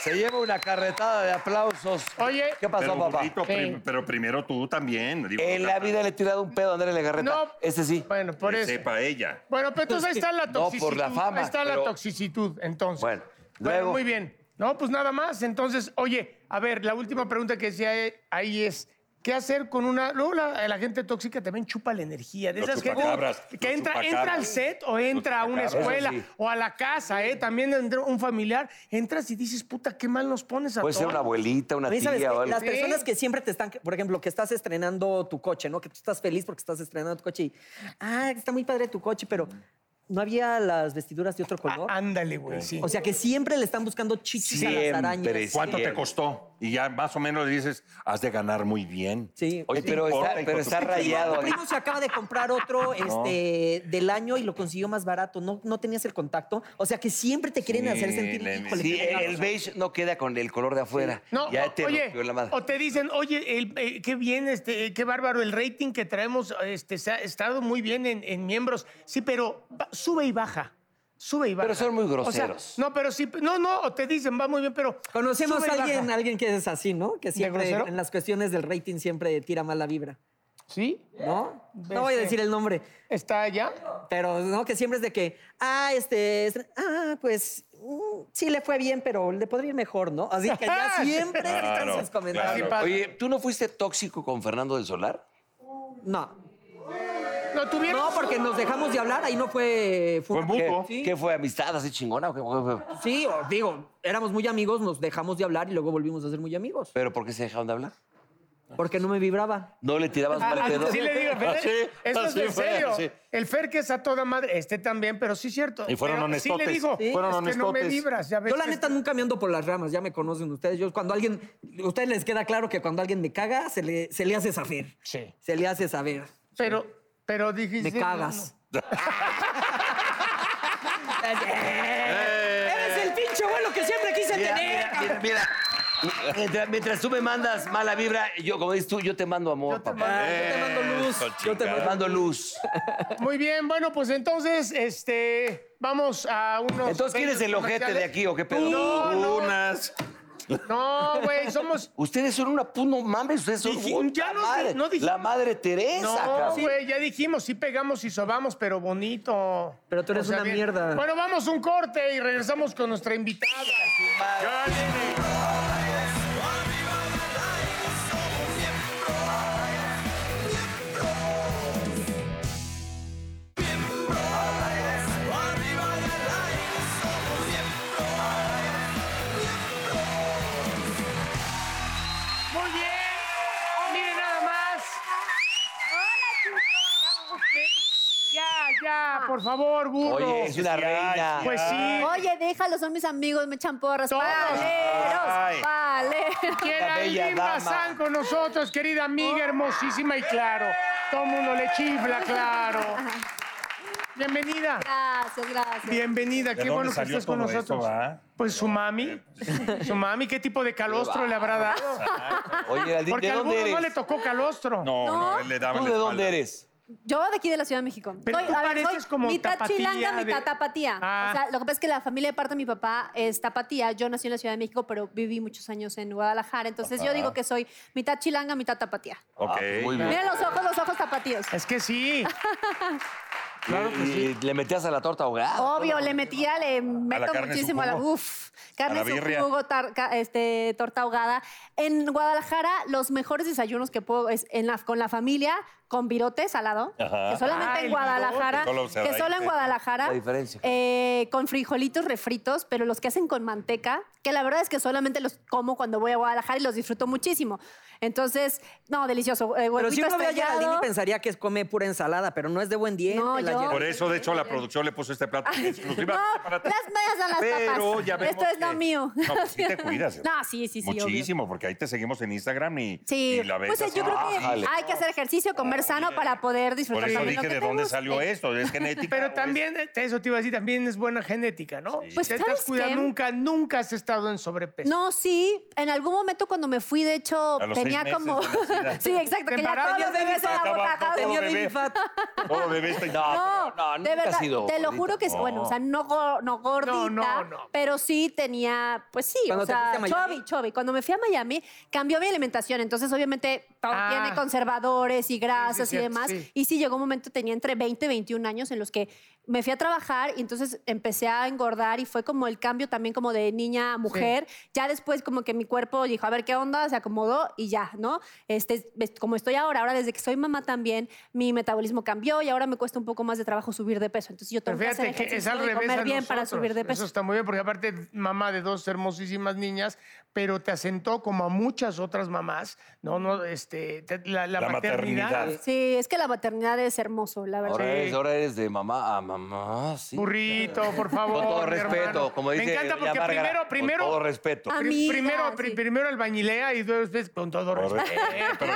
Speaker 1: Se lleva una carretada de aplausos.
Speaker 2: Oye.
Speaker 1: ¿qué pasó,
Speaker 3: pero,
Speaker 1: papá?
Speaker 3: Burrito, prim-
Speaker 2: Sí.
Speaker 3: pero primero tú también. digo,
Speaker 1: En la vida le he tirado un pedo a Andrea Legarreta.
Speaker 2: No.
Speaker 1: Este sí.
Speaker 2: Bueno, por
Speaker 3: que
Speaker 2: eso.
Speaker 3: sepa ella.
Speaker 2: Bueno, pero entonces ahí está la
Speaker 1: No,
Speaker 2: toxicidad.
Speaker 1: por la fama,
Speaker 2: Ahí está
Speaker 1: pero-
Speaker 2: la toxicidad, entonces.
Speaker 1: Bueno,
Speaker 2: Bueno,
Speaker 1: luego-
Speaker 2: muy bien. No, pues nada más. Entonces, oye, a ver, la última pregunta que decía eh, ahí es. ¿Qué hacer con una.? Luego la, la gente tóxica también chupa la energía. De
Speaker 3: Los
Speaker 2: esas que,
Speaker 3: chupacabras,
Speaker 2: que
Speaker 3: los
Speaker 2: entra,
Speaker 3: chupacabras.
Speaker 2: entra al set o entra a una
Speaker 3: chupacabras,
Speaker 2: escuela
Speaker 1: eso sí.
Speaker 2: o a la casa, ¿eh? También entra un familiar. Entras y dices, puta, qué mal nos pones a
Speaker 1: Puede ser
Speaker 2: todos.
Speaker 1: una abuelita, una
Speaker 4: A mí, ¿sabes
Speaker 1: tía
Speaker 4: qué?
Speaker 1: o algo.
Speaker 4: Las
Speaker 2: Sí.
Speaker 4: personas que siempre te están, por ejemplo, que estás estrenando tu coche, ¿no? Que tú estás feliz porque estás estrenando tu coche y, ah, está muy padre tu coche, pero no había las vestiduras de otro color.
Speaker 2: Ah, ándale,
Speaker 1: Eh,
Speaker 2: güey, sí.
Speaker 4: o sea que siempre le están buscando chichis a
Speaker 1: Siempre.
Speaker 4: las arañas.
Speaker 3: ¿Cuánto
Speaker 1: Bien.
Speaker 3: te costó? Y ya más o menos le dices, has de ganar muy bien.
Speaker 4: Sí.
Speaker 1: Oye,
Speaker 3: ¿Qué te
Speaker 1: pero
Speaker 3: importa,
Speaker 1: está,
Speaker 3: hijo
Speaker 1: pero
Speaker 3: de
Speaker 1: está
Speaker 3: tu-
Speaker 1: rayado.
Speaker 4: Mi primo se acaba de comprar otro este, del año y lo consiguió más barato. No, no tenías el contacto. O sea que siempre te quieren
Speaker 3: Sí,
Speaker 4: hacer sentir.
Speaker 3: le-
Speaker 4: híjole,
Speaker 1: Sí,
Speaker 4: qué buena
Speaker 1: el beige no queda con el color de afuera.
Speaker 2: No,
Speaker 1: ya
Speaker 2: o-
Speaker 1: te
Speaker 2: oye,
Speaker 1: rompió la madre.
Speaker 2: o te dicen, oye, el- eh, qué bien, este, eh, qué bárbaro, el rating que traemos este, se ha estado muy bien en, en miembros. Sí, pero ba- sube y baja. Sube y baja.
Speaker 1: Pero son muy
Speaker 2: O sea,
Speaker 1: groseros.
Speaker 2: no, pero sí, no, no, o te dicen, va muy bien, pero.
Speaker 4: Conocemos
Speaker 2: sube y
Speaker 4: a alguien,
Speaker 2: baja.
Speaker 4: alguien que es así, ¿no? Que siempre
Speaker 2: grosero?
Speaker 4: en las cuestiones del rating siempre tira mala vibra,
Speaker 2: ¿Sí?
Speaker 4: ¿no? No voy a
Speaker 2: Este.
Speaker 4: decir el nombre,
Speaker 2: ¿Está allá?
Speaker 4: pero no que siempre es de que, ah, este, es- ah, pues mm, sí le fue bien, pero le podría ir mejor, ¿no? Así que ya siempre están
Speaker 3: Claro,
Speaker 4: sus comentarios.
Speaker 2: claro.
Speaker 1: Oye, ¿tú no fuiste tóxico con Fernando del Solar?
Speaker 4: No.
Speaker 2: Lo tuvieron.
Speaker 4: No, porque nos dejamos de hablar, ahí no fue...
Speaker 3: Fue
Speaker 4: una-
Speaker 1: ¿Qué,
Speaker 3: mutuo.
Speaker 4: Sí.
Speaker 1: qué fue? ¿Amistad así chingona? o qué- qué fue?
Speaker 4: Sí, o- digo, éramos muy amigos, nos dejamos de hablar y luego volvimos a ser muy amigos.
Speaker 1: ¿Pero por qué se dejaron de hablar?
Speaker 4: Porque no me vibraba.
Speaker 1: ¿No le tirabas
Speaker 2: Ah,
Speaker 1: mal pedo?
Speaker 2: sí le digo, Fer,
Speaker 1: Ah,
Speaker 3: Así,
Speaker 2: esto
Speaker 3: así
Speaker 2: es en
Speaker 3: fue,
Speaker 2: serio.
Speaker 3: así.
Speaker 2: El Fer que es a toda madre, este también, pero sí es cierto.
Speaker 3: Y fueron
Speaker 2: Pero Sí
Speaker 3: honestotes,
Speaker 2: le digo,
Speaker 3: sí. fueron
Speaker 2: es que no me
Speaker 3: honestotes.
Speaker 2: vibras, ya ves.
Speaker 4: Yo la
Speaker 2: que-
Speaker 4: neta nunca me ando por las ramas, ya me conocen ustedes. Yo cuando alguien, a ustedes les queda claro que cuando alguien me caga, se le, se le hace saber.
Speaker 2: Sí.
Speaker 4: Se le hace saber.
Speaker 2: Pero, pero dijiste...
Speaker 4: Me cagas. Eres el pinche bueno que siempre quise tener. cabrón.
Speaker 1: Mira, mira, mientras, mientras tú me mandas mala vibra, yo, como dices tú, yo te mando amor,
Speaker 2: Yo te
Speaker 1: papá.
Speaker 2: mando-
Speaker 4: Ah, yo te mando luz.
Speaker 3: Eso,
Speaker 4: Yo te
Speaker 1: Te
Speaker 4: mando
Speaker 1: mando luz.
Speaker 2: Muy bien, bueno, pues entonces, este, vamos a unos...
Speaker 1: Entonces, ¿quién es el
Speaker 2: eventos
Speaker 1: ojete de
Speaker 2: comerciales.
Speaker 1: aquí o qué pedo?
Speaker 2: No, no,
Speaker 3: Unas.
Speaker 2: no, güey, somos...
Speaker 1: Ustedes son una pu- no mames, ustedes son
Speaker 2: Diji-
Speaker 1: puta
Speaker 2: ya no di-
Speaker 1: madre,
Speaker 2: no dijimos.
Speaker 1: la madre Teresa,
Speaker 2: No,
Speaker 1: cabrón.
Speaker 2: güey, ya dijimos, sí pegamos y sobamos, pero bonito.
Speaker 4: Pero tú eres una
Speaker 2: bien.
Speaker 4: mierda.
Speaker 2: Bueno, vamos un corte y regresamos con nuestra invitada. Muy bien. Miren nada más. Ya, ya, por favor, burro.
Speaker 1: Oye, es una
Speaker 3: Sí, ay,
Speaker 1: reina.
Speaker 2: Pues sí.
Speaker 6: Oye, déjalo, son mis amigos, me echan porras.
Speaker 2: Todos.
Speaker 6: Valeros,
Speaker 3: Ay.
Speaker 6: valeros.
Speaker 2: Quiera
Speaker 1: bella
Speaker 2: Aileen
Speaker 1: dama.
Speaker 2: Bazán con nosotros, querida amiga hermosísima y claro. Todo mundo le chifla, claro. Bienvenida.
Speaker 6: Gracias, gracias.
Speaker 2: Bienvenida,
Speaker 3: ¿De
Speaker 2: qué
Speaker 3: dónde
Speaker 2: bueno que
Speaker 3: salió
Speaker 2: estés con
Speaker 3: todo esto,
Speaker 2: nosotros.
Speaker 3: va? Eh, pues,
Speaker 2: pues su mami, su mami, ¿qué tipo de calostro le habrá dado?
Speaker 1: Oye, Geraldine,
Speaker 2: Porque
Speaker 1: ¿de
Speaker 2: a
Speaker 1: dónde
Speaker 2: alguno
Speaker 1: eres?
Speaker 2: no le tocó calostro.
Speaker 3: No, no, él le daban
Speaker 1: ¿Tú de dónde eres?
Speaker 6: Yo de aquí de la Ciudad de México.
Speaker 2: Pero tú
Speaker 6: a ver,
Speaker 2: pareces como
Speaker 6: mitad
Speaker 2: tapatía
Speaker 6: chilanga,
Speaker 2: de-
Speaker 6: mitad tapatía.
Speaker 2: Ah.
Speaker 6: O sea, lo que pasa es que la familia de parte de mi papá es tapatía. Yo nací en la Ciudad de México, pero viví muchos años en Guadalajara. Entonces yo digo que soy mitad chilanga, mitad tapatía.
Speaker 3: Ok.
Speaker 1: Ah, muy bien.
Speaker 6: Mira los ojos, los ojos tapatíos.
Speaker 2: Es que sí.
Speaker 1: Claro que sí. ¿Le metías a la torta ahogada?
Speaker 6: Obvio, le metía, le meto
Speaker 3: carne en su
Speaker 6: muchísimo a la
Speaker 3: jugo.
Speaker 6: uf, carne
Speaker 3: la
Speaker 6: en su
Speaker 3: birria.
Speaker 6: jugo, tar- ca- este, torta ahogada. En Guadalajara, los mejores desayunos que puedo es en la- con la familia, con virote salado,
Speaker 3: Ajá.
Speaker 6: que solamente
Speaker 2: Ah, el
Speaker 6: en Guadalajara,
Speaker 3: virote. Solo se
Speaker 6: que
Speaker 3: da
Speaker 6: solo
Speaker 3: ahí,
Speaker 6: en
Speaker 3: sí.
Speaker 6: Guadalajara,
Speaker 1: La diferencia.
Speaker 6: eh, con frijolitos refritos, pero los que hacen con manteca, que la verdad es que solamente los como cuando voy a Guadalajara y los disfruto muchísimo. Entonces, no, delicioso. eh,
Speaker 4: Pero
Speaker 6: huevito
Speaker 4: si uno ve a
Speaker 6: estrellado.
Speaker 4: Geraldine pensaría que come pura ensalada, pero no es de buen diente.
Speaker 6: No,
Speaker 4: la
Speaker 6: yo-
Speaker 4: Geraldine.
Speaker 3: Por eso, de hecho, la producción le puso este plato exclusiva
Speaker 6: No,
Speaker 3: para ti.
Speaker 6: las medias son las
Speaker 3: Pero
Speaker 6: tapas.
Speaker 3: ya vemos
Speaker 6: Esto es lo
Speaker 3: que-
Speaker 6: mío.
Speaker 3: No, pues sí te cuidas.
Speaker 6: No, sí, sí, sí. obvio.
Speaker 3: Muchísimo, porque ahí te seguimos en Instagram y,
Speaker 6: Sí,
Speaker 3: y la ves.
Speaker 6: pues
Speaker 3: así.
Speaker 6: yo creo que
Speaker 1: Ájale.
Speaker 6: hay que hacer ejercicio, comer sano para poder disfrutar
Speaker 3: Por eso
Speaker 6: también
Speaker 3: dije
Speaker 6: lo que Eh,
Speaker 3: de
Speaker 6: te
Speaker 3: dónde
Speaker 6: guste.
Speaker 3: salió esto, es genética. o
Speaker 2: Pero
Speaker 3: es-
Speaker 2: también, eh, eso te iba a decir, también es buena genética, ¿no?
Speaker 6: Pues,
Speaker 2: Te
Speaker 6: ¿sabes
Speaker 2: estás cuidando,
Speaker 6: qué?
Speaker 2: nunca, nunca has estado en sobrepeso.
Speaker 6: No, sí, en algún momento cuando me fui, de hecho,
Speaker 3: A los seis
Speaker 6: tenía
Speaker 3: meses
Speaker 6: como.
Speaker 3: de nacida.
Speaker 6: sí, exacto,
Speaker 2: Te
Speaker 6: que ya
Speaker 2: embarazas,
Speaker 6: todos los
Speaker 2: ya
Speaker 6: bebés
Speaker 3: Ya
Speaker 6: eran
Speaker 3: estaba todo
Speaker 6: abocados.
Speaker 4: Tenía
Speaker 3: bebé.
Speaker 4: baby fat.
Speaker 3: Todo bebé está
Speaker 1: No, no,
Speaker 6: de
Speaker 1: nunca
Speaker 6: verdad,
Speaker 1: ha sido.
Speaker 6: te lo
Speaker 1: gordita.
Speaker 6: juro que es, bueno, o sea, no, go- no gordita,
Speaker 2: No, no, no.
Speaker 6: pero sí tenía, pues sí,
Speaker 4: Cuando
Speaker 6: o
Speaker 4: te
Speaker 6: sea,
Speaker 4: fuiste a Miami.
Speaker 6: chubby, chubby. Cuando me fui a Miami, cambió mi alimentación, entonces obviamente todo
Speaker 2: Ah.
Speaker 6: tiene conservadores y grasas y
Speaker 2: cierto,
Speaker 6: demás,
Speaker 2: sí.
Speaker 6: y sí llegó un momento, tenía entre 20 y 21 años en los que me fui a trabajar y entonces empecé a engordar y fue como el cambio también como de niña a mujer, ya después como que mi cuerpo dijo, a ver qué onda, se acomodó y ya, ¿no? Este, ves- como estoy ahora, ahora desde que soy mamá también, mi metabolismo cambió y ahora me cuesta un poco más de trabajo subir de peso, entonces yo
Speaker 2: Pero
Speaker 6: tengo que hacer
Speaker 2: fíjate que es
Speaker 6: ejercicio
Speaker 2: al
Speaker 6: y
Speaker 2: revés.
Speaker 6: comer
Speaker 2: a
Speaker 6: bien para
Speaker 2: nosotros.
Speaker 6: subir de
Speaker 2: Eso
Speaker 6: peso.
Speaker 2: está muy bien, porque aparte, mamá de dos hermosísimas niñas, pero te asentó como a muchas otras mamás, ¿no? no este, te- la, la
Speaker 3: La
Speaker 2: maternidad.
Speaker 3: maternidad.
Speaker 6: Sí, es que la maternidad es hermoso, la verdad.
Speaker 1: Ahora,
Speaker 2: Sí.
Speaker 1: eres, ahora eres de mamá a mamá, sí.
Speaker 2: Burrito, por favor.
Speaker 1: Con todo
Speaker 2: mi hermano.
Speaker 1: respeto, como dice
Speaker 2: Me encanta
Speaker 1: doña
Speaker 2: porque
Speaker 1: Bárbara,
Speaker 2: primero,
Speaker 1: con
Speaker 2: primero.
Speaker 1: todo respeto.
Speaker 6: Ah,
Speaker 2: pri-
Speaker 6: Amiga,
Speaker 2: primero, pri-
Speaker 6: sí.
Speaker 2: primero albañilea y dos veces con todo respeto.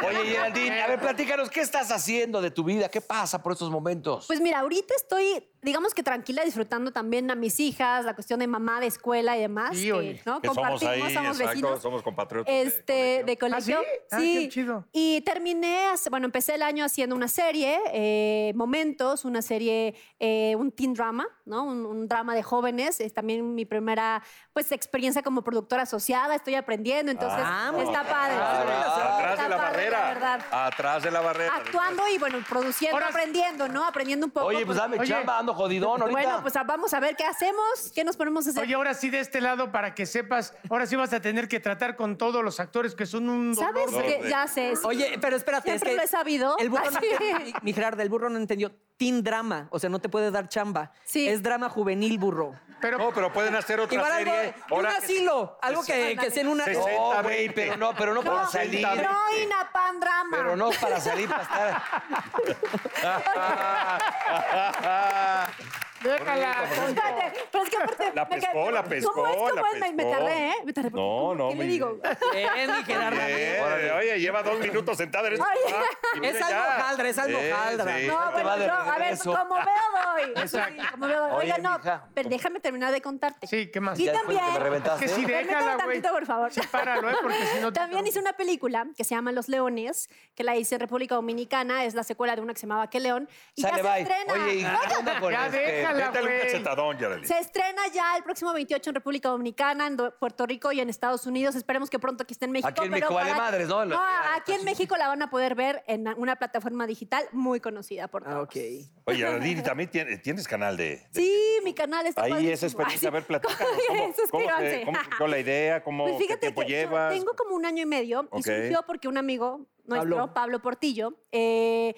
Speaker 1: Oye, Geraldine, a ver, platícanos, ¿qué estás haciendo de tu vida? ¿Qué pasa por estos momentos?
Speaker 6: Pues mira, ahorita estoy, digamos que tranquila, disfrutando también a mis hijas, la cuestión de mamá, de escuela y demás.
Speaker 2: Sí,
Speaker 6: que,
Speaker 2: oye.
Speaker 6: ¿no?
Speaker 3: Que somos ahí, exacto, somos compatriotas de
Speaker 6: Este, de colegio.
Speaker 2: ¿Ah, sí? Ah, qué chido.
Speaker 6: Y terminé, hace- bueno, empecé el año haciendo una serie, eh, Momentos, una serie, eh, un teen drama, ¿no? Un, un drama de jóvenes. Es también mi primera, pues, experiencia como productora asociada. Estoy aprendiendo, entonces
Speaker 4: Ah, muy
Speaker 6: está
Speaker 4: bien.
Speaker 6: padre.
Speaker 3: Ah, Atrás,
Speaker 6: Está
Speaker 3: de la
Speaker 6: padre,
Speaker 3: barrera.
Speaker 6: verdad.
Speaker 3: atrás de la barrera.
Speaker 6: Actuando y, bueno, produciendo,
Speaker 2: Ahora-
Speaker 6: aprendiendo, ¿no? Aprendiendo un poco.
Speaker 1: Oye, pues
Speaker 6: porque-
Speaker 1: dame
Speaker 2: Oye,
Speaker 1: chamba, ando ando jodidón ahorita.
Speaker 6: Bueno, pues ah, vamos a ver qué hacemos, qué nos ponemos a hacer.
Speaker 2: Oye, ahora sí de este lado para que sepas, ahora sí vas a tener que tratar con todos los actores que son un dolor.
Speaker 6: ¿Sabes
Speaker 3: no,
Speaker 6: qué?
Speaker 3: güey.
Speaker 6: Ya sé. sí.
Speaker 4: Oye, pero espérate.
Speaker 6: Siempre lo he sabido. Ah,
Speaker 4: El burro, no-
Speaker 6: Así.
Speaker 4: mi, mi Gerardo, el burro no entendió. Teen drama. O sea, no te puede dar chamba.
Speaker 6: Sí.
Speaker 4: Es drama juvenil, burro.
Speaker 2: Pero
Speaker 3: No, pero pueden hacer otra
Speaker 4: Igual algo.
Speaker 3: serie.
Speaker 4: de Un
Speaker 3: ahora que-
Speaker 4: asilo. Algo que, que sea en una.
Speaker 3: Sí, sí.
Speaker 1: No,
Speaker 3: Senta,
Speaker 1: güey,
Speaker 3: veinte.
Speaker 1: pero no, pero no, para
Speaker 6: No,
Speaker 1: salir.
Speaker 6: no, Ina Pan Drama.
Speaker 1: Pero no para salir, para estar.
Speaker 6: Ah,
Speaker 2: déjala. Poncho.
Speaker 6: Espérate, pero es que aparte.
Speaker 3: La
Speaker 6: me
Speaker 3: pescó,
Speaker 6: quedé-
Speaker 3: la pescó,
Speaker 6: ¿Cómo es? ¿Cómo
Speaker 3: la
Speaker 6: es? Me- Me
Speaker 3: pescó.
Speaker 6: tardé, ¿eh? Me tardé. porque
Speaker 3: No,
Speaker 6: ¿cómo?
Speaker 3: no,
Speaker 6: ¿Qué le
Speaker 3: muy
Speaker 6: digo?
Speaker 4: Oh, Bien, mi Gerardo.
Speaker 3: Bien, oye, lleva dos minutos sentada en este
Speaker 6: Oye.
Speaker 3: sofá y mira
Speaker 4: Es algo
Speaker 3: ya.
Speaker 4: hojaldra, es algo hojaldra.
Speaker 3: sí.
Speaker 1: ahí
Speaker 6: No,
Speaker 1: te
Speaker 6: bueno,
Speaker 1: va de
Speaker 6: no, a ver,
Speaker 1: regreso.
Speaker 6: como veo doy. Sí, como veo doy.
Speaker 1: Oye,
Speaker 6: Oiga, no,
Speaker 1: mija.
Speaker 6: pero déjame terminar de contarte.
Speaker 2: Sí, ¿qué más?
Speaker 6: Y
Speaker 1: Ya después de que
Speaker 6: también.
Speaker 1: me reventaste.
Speaker 2: que
Speaker 3: ¿eh?
Speaker 2: sí,
Speaker 6: Permíteme
Speaker 2: déjala, güey.
Speaker 6: tantito, por favor.
Speaker 2: Sí, páralo, ¿eh? Porque si no... te-
Speaker 6: También hice una película que se llama Los Leones, que la hice en República Dominicana, es la secuela de una que se llamaba Que León. Y
Speaker 1: Sale,
Speaker 6: ya se
Speaker 1: bye.
Speaker 6: estrena.
Speaker 1: Oye, ¿y qué onda con
Speaker 2: Ya
Speaker 1: este?
Speaker 2: déjala,
Speaker 3: Métale un
Speaker 2: güey.
Speaker 3: cachetadón, Yareli.
Speaker 6: Se estrena ya el próximo 28 en República Dominicana, en Do- Puerto Rico y en Estados Unidos. Esperemos que pronto aquí esté en México.
Speaker 1: Aquí en
Speaker 6: pero
Speaker 1: México vale
Speaker 6: para-
Speaker 1: madres, ¿no? Lo- ya,
Speaker 6: aquí en México la van a poder ver en una plataforma digital muy conocida por todos.
Speaker 4: Ah, ok.
Speaker 3: Oye, Yareli, también tiene- tienes canal de... de-
Speaker 6: Sí, mi canal está
Speaker 3: Ahí
Speaker 6: padrísimo.
Speaker 3: esa experiencia, a
Speaker 6: Ay,
Speaker 3: ver,
Speaker 6: sí.
Speaker 3: platícanos. ¿Cómo, cómo, se,
Speaker 6: Suscríbanse.
Speaker 3: ¿Cómo surgió la idea? ¿Cómo,
Speaker 6: Pues
Speaker 3: ¿Qué
Speaker 6: fíjate
Speaker 3: tiempo
Speaker 6: que yo
Speaker 3: llevas?
Speaker 6: tengo como un año y medio
Speaker 3: Ok.
Speaker 6: y surgió porque un amigo nuestro,
Speaker 4: Pablo.
Speaker 6: Pablo, Portillo, eh,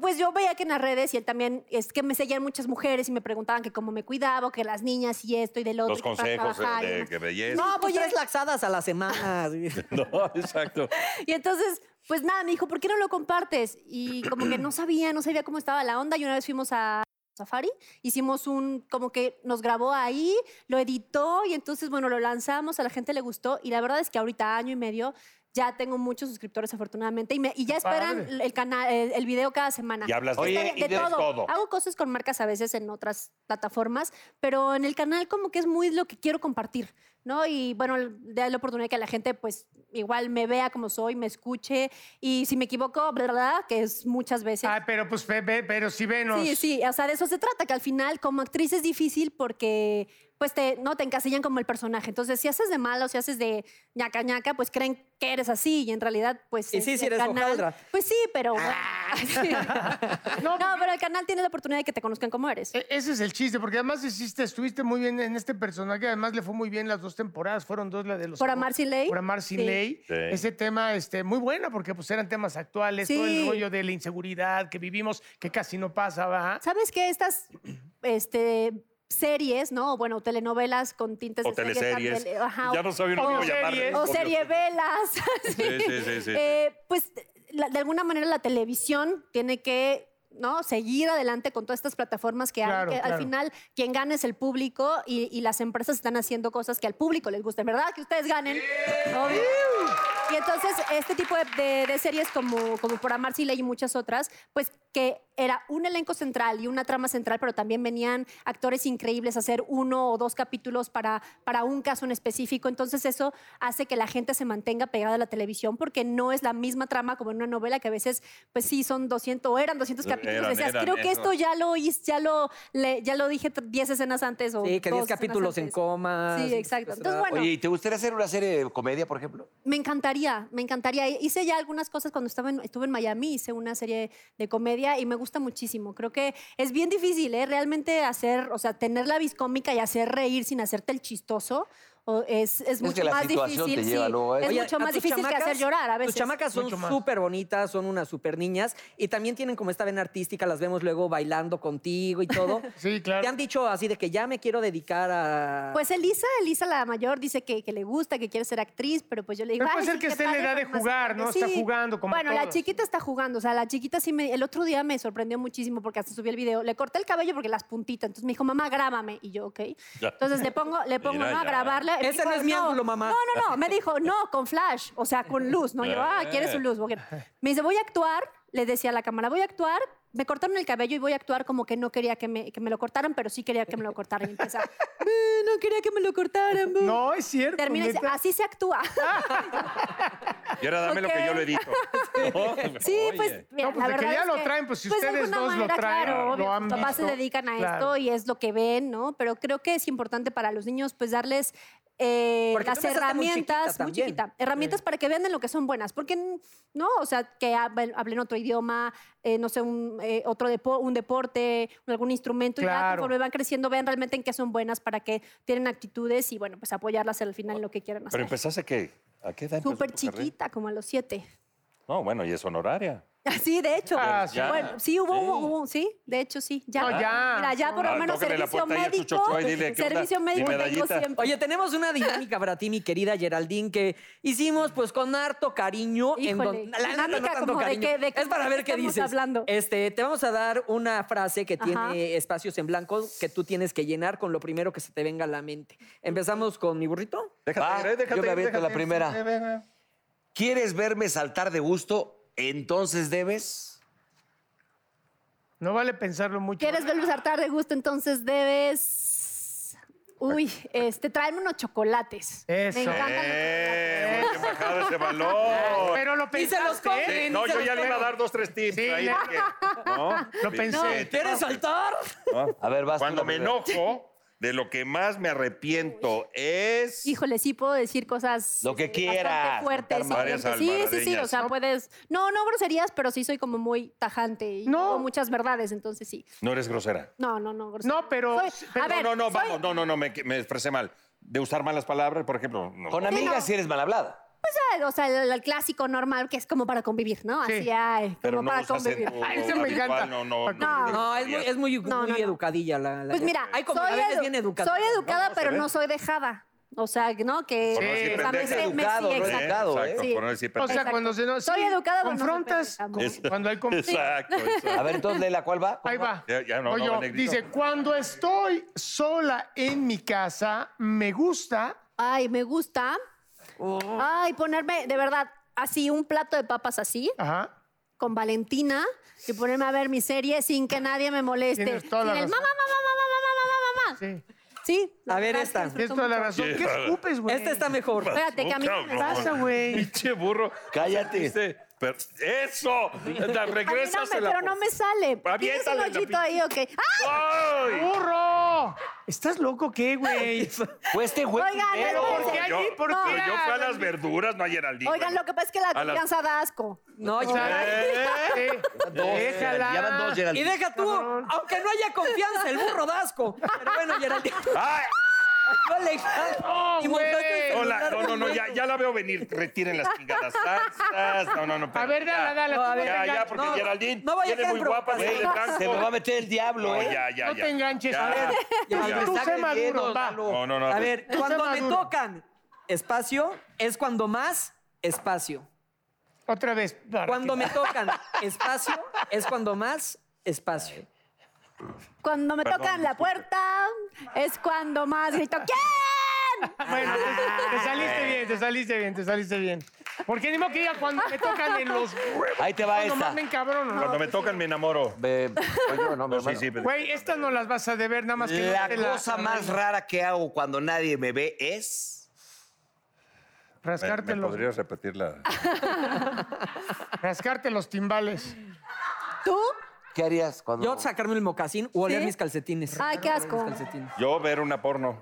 Speaker 6: pues yo veía que en las redes y él también, es que me seguían muchas mujeres y me preguntaban que cómo me cuidaba, o que las niñas y esto y del otro.
Speaker 3: Los
Speaker 6: y que para
Speaker 3: consejos eh,
Speaker 6: trabajar y
Speaker 3: de,
Speaker 6: demás.
Speaker 3: de belleza.
Speaker 4: No, pues
Speaker 6: Pues
Speaker 4: tres
Speaker 6: tres
Speaker 4: laxadas a la semana.
Speaker 3: No, exacto.
Speaker 6: Y entonces, pues nada, me dijo, ¿por qué no lo compartes? Y como que no sabía, no sabía cómo estaba la onda. Y una vez fuimos a Safari, hicimos un, como que nos grabó ahí, lo editó y entonces, bueno, lo lanzamos, a la gente le gustó. Y la verdad es que ahorita, año y medio, ya tengo muchos suscriptores afortunadamente y, me- y ya esperan
Speaker 2: padre.
Speaker 6: el, canal, el, el video cada semana.
Speaker 3: Y hablas de-
Speaker 1: Oye,
Speaker 6: Está
Speaker 1: y
Speaker 6: de,
Speaker 1: de
Speaker 6: todo.
Speaker 3: todo.
Speaker 6: Hago cosas con marcas a veces en otras plataformas, pero en el canal como que es muy lo que quiero compartir, ¿no? Y bueno, da la oportunidad que la gente pues igual me vea como soy, me escuche y si me equivoco, ¿verdad? Que es muchas veces.
Speaker 2: Ah, pero pues, ve, ve, pero si venos.
Speaker 6: Sí, sí, o sea, de eso se trata, que al final como actriz es difícil porque pues te, no te encasillan como el personaje. Entonces, si haces de malo, si haces de ñaca ñaca, pues creen que eres así y en realidad pues...
Speaker 4: Y sí,
Speaker 6: es
Speaker 4: si
Speaker 6: el
Speaker 4: eres hojaldra. Ah.
Speaker 6: Pues sí, pero... Sí.
Speaker 2: No,
Speaker 6: No, pero el canal tiene la oportunidad de que te conozcan como eres.
Speaker 4: Eh,
Speaker 2: E- Ese es el chiste, porque además hiciste, estuviste muy bien en este personaje, además le fue muy bien las dos temporadas, fueron dos la de los...
Speaker 6: Por amar sin ley.
Speaker 2: Por amar sin
Speaker 6: Sí.
Speaker 2: ley.
Speaker 3: Sí.
Speaker 2: Ese tema, este, muy bueno, porque pues eran temas actuales, todo el
Speaker 6: Sí.
Speaker 2: rollo de la inseguridad que vivimos, que casi no pasa, ¿va?
Speaker 6: ¿Sabes qué? Estas este, series, ¿no? O Bueno, telenovelas con tintes
Speaker 3: O
Speaker 6: de serie
Speaker 3: teleseries.
Speaker 6: también, eh, ajá,
Speaker 3: ya no sabía cómo
Speaker 2: series.
Speaker 3: llamarle.
Speaker 6: o serie velas.
Speaker 3: Sí, sí, sí, sí.
Speaker 6: Eh, pues la- de alguna manera la televisión tiene que ¿no? seguir adelante con todas estas plataformas que
Speaker 2: Claro,
Speaker 6: hay, que
Speaker 2: claro.
Speaker 6: al final quien gana es el público y, y las empresas están haciendo cosas que al público les gusten, ¿verdad? Que ustedes ganen. Obvio. Y entonces este tipo de, de- de series como, como Por Amar Sin Ley y muchas otras, pues que era un elenco central y una trama central, pero también venían actores increíbles a hacer uno o dos capítulos para, para un caso en específico. Entonces eso hace que la gente se mantenga pegada a la televisión porque no es la misma trama como en una novela que a veces, pues sí, son 200 o eran 200 capítulos.
Speaker 3: Eran,
Speaker 6: Decías,
Speaker 3: eran,
Speaker 6: creo que
Speaker 3: eso.
Speaker 6: esto ya lo oís- ya lo, le- ya lo dije t- 10 escenas antes. O
Speaker 4: Sí, que 10
Speaker 6: dos escenas
Speaker 4: capítulos en
Speaker 6: antes".
Speaker 4: coma. pues, ah,
Speaker 6: Sí, exacto. Entonces, bueno,
Speaker 1: Oye, ¿y te gustaría hacer una serie de comedia, por ejemplo?
Speaker 6: me encantaría, me encantaría. E, Hice ya algunas cosas cuando estaba en- estuve en Miami, hice una serie de comedia y me gusta muchísimo. Creo que es bien difícil, ¿eh? Realmente hacer, o sea, tener la vis cómica y hacer reír sin hacerte el chistoso. o es, es, mucho
Speaker 1: que la
Speaker 6: más
Speaker 1: situación te
Speaker 6: difícil. sí.
Speaker 1: lleva luego a
Speaker 6: Es
Speaker 1: eso.
Speaker 4: Oye,
Speaker 6: mucho
Speaker 4: a
Speaker 6: más
Speaker 4: tus
Speaker 6: difícil que
Speaker 4: chamacas-
Speaker 6: hacer llorar a veces.
Speaker 4: Tus chamacas
Speaker 2: Mucho
Speaker 4: son
Speaker 2: más.
Speaker 4: súper bonitas, son unas súper niñas y también tienen como esta vena artística, las vemos luego bailando contigo y todo.
Speaker 2: Sí, claro.
Speaker 4: Te han dicho así de que ya me quiero dedicar a...
Speaker 6: Pues Elisa, Elisa la mayor, dice que, que le gusta, que quiere ser actriz, pero pues yo le digo...
Speaker 2: Pero puede
Speaker 6: "Ay,
Speaker 2: ser
Speaker 6: sí,
Speaker 2: que
Speaker 6: qué
Speaker 2: esté en la
Speaker 6: padre,
Speaker 2: edad de
Speaker 6: porque más
Speaker 2: jugar,
Speaker 6: grande".
Speaker 2: ¿no? Está jugando como
Speaker 6: Bueno, la
Speaker 2: todos.
Speaker 6: chiquita está jugando, o sea, la chiquita sí me... El otro día me sorprendió muchísimo porque hasta subí el video. Le corté el cabello porque las puntitas, entonces me dijo, mamá, grábame. Y yo, ok.
Speaker 3: Ya.
Speaker 6: Entonces le pongo, le pongo,
Speaker 3: Mira,
Speaker 6: ¿no? A
Speaker 3: ya.
Speaker 6: grabarle. Me
Speaker 4: Ese no es mi ángulo, mamá.
Speaker 6: No, no, no. Me dijo, no, con flash, o sea, con luz, ¿no? Yo, ah, ¿quieres su luz? Bueno. Me dice, voy a actuar, le decía a la cámara, voy a actuar. Me cortaron el cabello y voy a actuar como que no quería que me, que me lo cortaran, pero sí quería que me lo cortaran. Y empieza, "Eh, no quería que me lo cortaran. bu".
Speaker 2: No, es cierto.
Speaker 6: Termina y dice,
Speaker 2: neta. Ah,
Speaker 6: así se actúa.
Speaker 3: Y ahora dame lo que yo
Speaker 6: Ok.
Speaker 3: lo edito. No,
Speaker 6: Sí,
Speaker 3: oye.
Speaker 6: pues, mira,
Speaker 2: No, pues,
Speaker 6: la
Speaker 2: de que
Speaker 6: verdad
Speaker 2: ya
Speaker 6: es
Speaker 2: lo traen, pues, si
Speaker 6: de
Speaker 2: ustedes
Speaker 6: alguna
Speaker 2: dos lo traen,
Speaker 6: claro,
Speaker 2: lo
Speaker 6: obvio,
Speaker 2: han
Speaker 6: sus papás se
Speaker 2: visto,
Speaker 6: dedican a
Speaker 2: claro.
Speaker 6: esto y es lo que ven, ¿no? Pero creo que es importante para los niños, pues, darles eh,
Speaker 4: Porque
Speaker 6: las
Speaker 4: tú empezaste muy chiquita
Speaker 6: herramientas, muy
Speaker 4: también.
Speaker 6: chiquita, herramientas para que vean de lo que son buenas. Porque, n- no, o sea, que hab- hablen otro idioma, eh, no sé, un, eh, otro depo- un deporte, algún instrumento, y ya
Speaker 2: Claro.
Speaker 6: conforme van creciendo, vean realmente en qué son buenas para que tienen actitudes y, bueno, pues apoyarlas al final en lo que quieran
Speaker 3: Pero
Speaker 6: hacer.
Speaker 3: empezaste qué? ¿A qué edad? empezó
Speaker 6: Súper
Speaker 3: tu carrera?
Speaker 6: chiquita, como a los siete.
Speaker 3: No, bueno, y es honoraria.
Speaker 6: Sí, de hecho.
Speaker 2: Ah, sí.
Speaker 6: Bueno, sí, hubo,
Speaker 3: Sí.
Speaker 6: hubo, hubo, sí, de hecho, sí. Ya,
Speaker 2: No, ya.
Speaker 6: Mira, ya por
Speaker 3: Ah,
Speaker 6: lo menos
Speaker 3: tóquenle la
Speaker 6: servicio
Speaker 3: puerta ahí a tu
Speaker 6: médico.
Speaker 3: chocho, ahí dile, ¿qué onda?
Speaker 6: servicio
Speaker 3: Mi
Speaker 6: médico tengo
Speaker 3: medallita.
Speaker 6: siempre.
Speaker 4: Oye, tenemos una dinámica para ti, mi querida Geraldine, que hicimos pues con harto cariño. en
Speaker 6: Híjole,
Speaker 4: don- la neta,
Speaker 6: dinámica como de qué- de qué-
Speaker 4: es para
Speaker 6: de
Speaker 4: ver
Speaker 6: qué
Speaker 4: qué
Speaker 6: estamos
Speaker 4: dices.
Speaker 6: hablando.
Speaker 4: Este, te vamos a dar una frase que
Speaker 6: Ajá.
Speaker 4: tiene espacios en blanco que tú tienes que llenar con lo primero que se te venga a la mente. Empezamos con mi burrito.
Speaker 1: Va,
Speaker 3: Déjate, ir, déjate,
Speaker 1: yo me
Speaker 3: ir,
Speaker 1: aviento
Speaker 3: déjate
Speaker 1: la
Speaker 3: ir.
Speaker 1: primera.
Speaker 3: Sí, ven, ven.
Speaker 1: ¿Quieres verme saltar de gusto? Entonces debes.
Speaker 2: No vale pensarlo mucho.
Speaker 6: ¿Quieres verlo saltar de gusto? Entonces debes. Uy, este, tráeme unos chocolates.
Speaker 2: Eso.
Speaker 6: Me encantan los
Speaker 3: Eh,
Speaker 6: chocolates.
Speaker 3: muy bien bajado ese valor.
Speaker 2: Pero lo
Speaker 4: Y se
Speaker 2: pensaste.
Speaker 4: los comen.
Speaker 2: ¿eh?
Speaker 4: Ven,
Speaker 3: no,
Speaker 4: se
Speaker 3: yo
Speaker 4: los
Speaker 3: ya le iba a
Speaker 4: pego.
Speaker 3: dar dos, tres tips.
Speaker 2: Sí,
Speaker 3: ahí
Speaker 2: ya.
Speaker 3: de que- ¿no?
Speaker 2: Lo pensé.
Speaker 3: Vete,
Speaker 4: ¿Quieres saltar?
Speaker 3: ¿no?
Speaker 1: A ver, vas. tú,
Speaker 3: Cuando
Speaker 1: la
Speaker 3: me
Speaker 1: primera.
Speaker 3: enojo, de lo que más me arrepiento es.
Speaker 6: Híjole, sí puedo decir cosas
Speaker 1: Lo que
Speaker 6: este,
Speaker 1: quieras,
Speaker 6: bastante fuertes.
Speaker 1: contar
Speaker 3: varias
Speaker 6: hirientes. Sí, sí, sí, o
Speaker 3: almaradeñas.
Speaker 6: sea, puedes... No, no groserías, pero sí soy como muy tajante y
Speaker 2: No.
Speaker 6: digo muchas verdades, entonces sí.
Speaker 3: No eres grosera.
Speaker 6: No, no, no, groserías.
Speaker 2: No, pero-
Speaker 6: Soy-
Speaker 2: pero-
Speaker 6: a ver,
Speaker 3: no, no, no,
Speaker 6: soy-
Speaker 3: vamos, no, no, no, me, me expresé mal. De usar malas palabras, por ejemplo. no.
Speaker 1: Con amigas si eres mal hablada.
Speaker 6: O sea, el, el clásico normal que es como para convivir, ¿no?
Speaker 2: Sí.
Speaker 6: Así, ay, como
Speaker 3: Pero no
Speaker 6: para
Speaker 3: usas en
Speaker 6: convivir.
Speaker 3: tu
Speaker 2: Ay, ese me
Speaker 3: habitual,
Speaker 2: encanta.
Speaker 3: No, no,
Speaker 6: No.
Speaker 4: No, es muy, es muy,
Speaker 6: Ah, No,
Speaker 4: muy
Speaker 6: no, no.
Speaker 4: educadilla la, la-
Speaker 6: Pues mira,
Speaker 4: Ay, como
Speaker 6: soy,
Speaker 4: la ves
Speaker 6: edu-
Speaker 4: bien educada.
Speaker 6: soy educada,
Speaker 3: No, se
Speaker 6: pero
Speaker 3: ve.
Speaker 6: no soy dejada. O sea, ¿no? Que
Speaker 3: Por no
Speaker 2: decir
Speaker 6: o sea, me
Speaker 3: pendeja.
Speaker 6: sé- me
Speaker 1: Educado,
Speaker 6: sigue,
Speaker 1: no
Speaker 6: exacto.
Speaker 1: educado, ¿eh?
Speaker 3: Exacto,
Speaker 6: Sí.
Speaker 3: por no decir
Speaker 2: O sea,
Speaker 6: Exacto.
Speaker 2: cuando se no.
Speaker 6: Soy
Speaker 2: sí,
Speaker 6: educada, bueno,
Speaker 2: Confrontas
Speaker 6: pero-
Speaker 2: con- cuando hay conflicto.
Speaker 3: Exacto,
Speaker 1: A
Speaker 3: exacto.
Speaker 1: ver, entonces lee la cual va.
Speaker 2: Ahí va.
Speaker 3: Ya- ya no, no,
Speaker 2: Oye,
Speaker 3: va, negrito.
Speaker 2: dice, cuando estoy sola en mi casa, me gusta.
Speaker 6: Ay, me gusta. Ay, ponerme, de verdad, así un plato de papas así,
Speaker 2: Ajá.
Speaker 6: con Valentina, y ponerme a ver mi serie sin que nadie me moleste.
Speaker 2: Tienes toda la
Speaker 6: Sin el
Speaker 2: razón.
Speaker 6: mamá, mamá, mamá, mamá, mamá, mamá, mamá.
Speaker 2: Sí.
Speaker 6: Sí.
Speaker 4: A
Speaker 6: la
Speaker 4: ver
Speaker 6: verdad,
Speaker 4: esta.
Speaker 6: sí disfruto
Speaker 2: Tienes toda la
Speaker 6: mucho.
Speaker 2: razón.
Speaker 3: Yeah.
Speaker 2: ¿Qué escupes, güey?
Speaker 4: Esta Este está mejor.
Speaker 6: Espérate, que a mí
Speaker 3: No,
Speaker 6: no me
Speaker 3: cabrón.
Speaker 2: pasa, güey?
Speaker 3: Pinche burro.
Speaker 1: Cállate.
Speaker 3: Dice, pero- ¡Eso! La
Speaker 6: A mí no
Speaker 3: regresas
Speaker 6: me- pero no me sale.
Speaker 3: Aviéntale
Speaker 6: Tienes un
Speaker 3: la
Speaker 6: hoyito
Speaker 3: pinche-
Speaker 6: ahí, ok. ¡Ay!
Speaker 3: ¡Ay!
Speaker 2: ¡Burro! ¿Estás loco qué, güey?
Speaker 1: Fue este güey
Speaker 6: Oigan,
Speaker 1: primero.
Speaker 6: no,
Speaker 2: ¿Por qué
Speaker 3: Yo-
Speaker 2: allí? ¿Por
Speaker 6: no,
Speaker 2: qué?
Speaker 3: Pero yo fui a las verduras, no a Geraldine.
Speaker 6: Oigan, lo que pasa es que la
Speaker 3: A las-
Speaker 6: confianza da asco.
Speaker 4: No,
Speaker 2: O sea,
Speaker 4: ya.
Speaker 2: sí.
Speaker 1: Dos,
Speaker 2: Déjala.
Speaker 1: Ya van dos,
Speaker 4: Y
Speaker 1: Geraldine.
Speaker 4: deja tú,
Speaker 2: Cabrón.
Speaker 4: aunque no haya confianza, el burro dasco. Pero bueno, Geraldine.
Speaker 3: ¡Ay!
Speaker 4: No le
Speaker 2: güey.
Speaker 4: Y volteaste el
Speaker 3: Hola,
Speaker 4: celular
Speaker 3: no, no, no,
Speaker 4: con-
Speaker 3: ya, ya la veo venir. Retiren las chingadas salsas. No, no, no.
Speaker 2: A
Speaker 3: pero
Speaker 2: ver,
Speaker 3: ya.
Speaker 2: dala, dala.
Speaker 4: No, a
Speaker 2: tú
Speaker 4: ver,
Speaker 2: no te
Speaker 3: Ya, ya,
Speaker 2: enganches.
Speaker 3: porque
Speaker 4: No,
Speaker 3: Geraldine
Speaker 4: no vaya a
Speaker 3: viene
Speaker 4: caer
Speaker 3: muy guapa, se ve de
Speaker 4: preocupación.
Speaker 3: blanco.
Speaker 1: Se me va a meter el diablo,
Speaker 3: No,
Speaker 1: ¿eh?
Speaker 3: ya, ya,
Speaker 2: No
Speaker 3: ya.
Speaker 2: te enganches.
Speaker 3: Ya.
Speaker 2: A ver,
Speaker 4: Ya,
Speaker 3: ya.
Speaker 2: tú
Speaker 4: está
Speaker 2: sé
Speaker 4: creyendo,
Speaker 2: maduro, va.
Speaker 4: Lalo.
Speaker 3: No, no, no.
Speaker 4: A ver,
Speaker 2: Tú sé
Speaker 4: cuando me
Speaker 2: maduro.
Speaker 4: tocan espacio, es cuando más espacio.
Speaker 2: Otra vez. para
Speaker 4: Cuando
Speaker 2: ti.
Speaker 4: me tocan espacio, es cuando más espacio.
Speaker 6: Cuando me
Speaker 3: Perdón,
Speaker 6: tocan la
Speaker 3: disculpe.
Speaker 6: puerta, es cuando más grito, ¿quién?
Speaker 2: Bueno, te- te saliste bien, te saliste bien, te saliste bien. Porque ni modo que diga cuando me tocan en los huevos.
Speaker 1: Ahí te va
Speaker 2: No,
Speaker 1: esta.
Speaker 2: más me encabrono. ¿no?
Speaker 3: Cuando me tocan, me enamoro.
Speaker 1: Ve- oye, no, no, mi
Speaker 3: No, sí,
Speaker 1: hermano.
Speaker 3: sí, pero-
Speaker 2: Güey, estas no las vas a deber, nada más que... no
Speaker 1: La
Speaker 2: te
Speaker 1: cosa más rara que hago cuando nadie me ve es.
Speaker 3: ¿Me- me
Speaker 2: Rascarte los,
Speaker 3: podrías repetir la...?
Speaker 2: rascarte los timbales.
Speaker 6: ¿Tú?
Speaker 1: ¿Qué harías cuando.?
Speaker 4: Yo sacarme el mocasín o oler
Speaker 6: ¿Sí?
Speaker 4: mis calcetines.
Speaker 6: Ay, qué asco.
Speaker 4: Mis calcetines.
Speaker 3: Yo ver una porno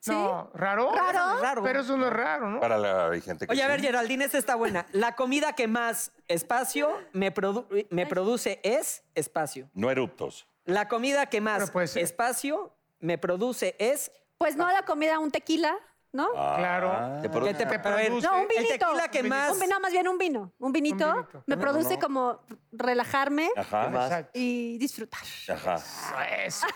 Speaker 6: ¿Sí?
Speaker 2: No, ¿raro?
Speaker 6: Raro.
Speaker 4: Raro.
Speaker 2: Pero eso no es raro, ¿no?
Speaker 3: para la gente que...
Speaker 4: Oye, a ver,
Speaker 3: sí.
Speaker 4: Geraldine, esta está buena. La comida que más espacio me, produ- me produce es espacio.
Speaker 3: No eruptos.
Speaker 4: La comida que más
Speaker 2: Pero puede ser.
Speaker 4: espacio me produce es
Speaker 6: Pues no la comida, un tequila, ¿no?
Speaker 3: Ah.
Speaker 2: Claro.
Speaker 1: Te produ-
Speaker 4: que te
Speaker 2: Te
Speaker 4: a ver,
Speaker 2: produce-
Speaker 6: no, un
Speaker 4: El
Speaker 6: vinito.
Speaker 4: tequila que
Speaker 6: Un vinito.
Speaker 4: más-
Speaker 6: Un vino, más bien un vino. Un vinito,
Speaker 2: Un vinito.
Speaker 6: me produce como relajarme
Speaker 1: ¿Qué
Speaker 3: Ajá.
Speaker 1: más?
Speaker 2: Exacto.
Speaker 6: y disfrutar.
Speaker 3: Ajá.
Speaker 2: Eso.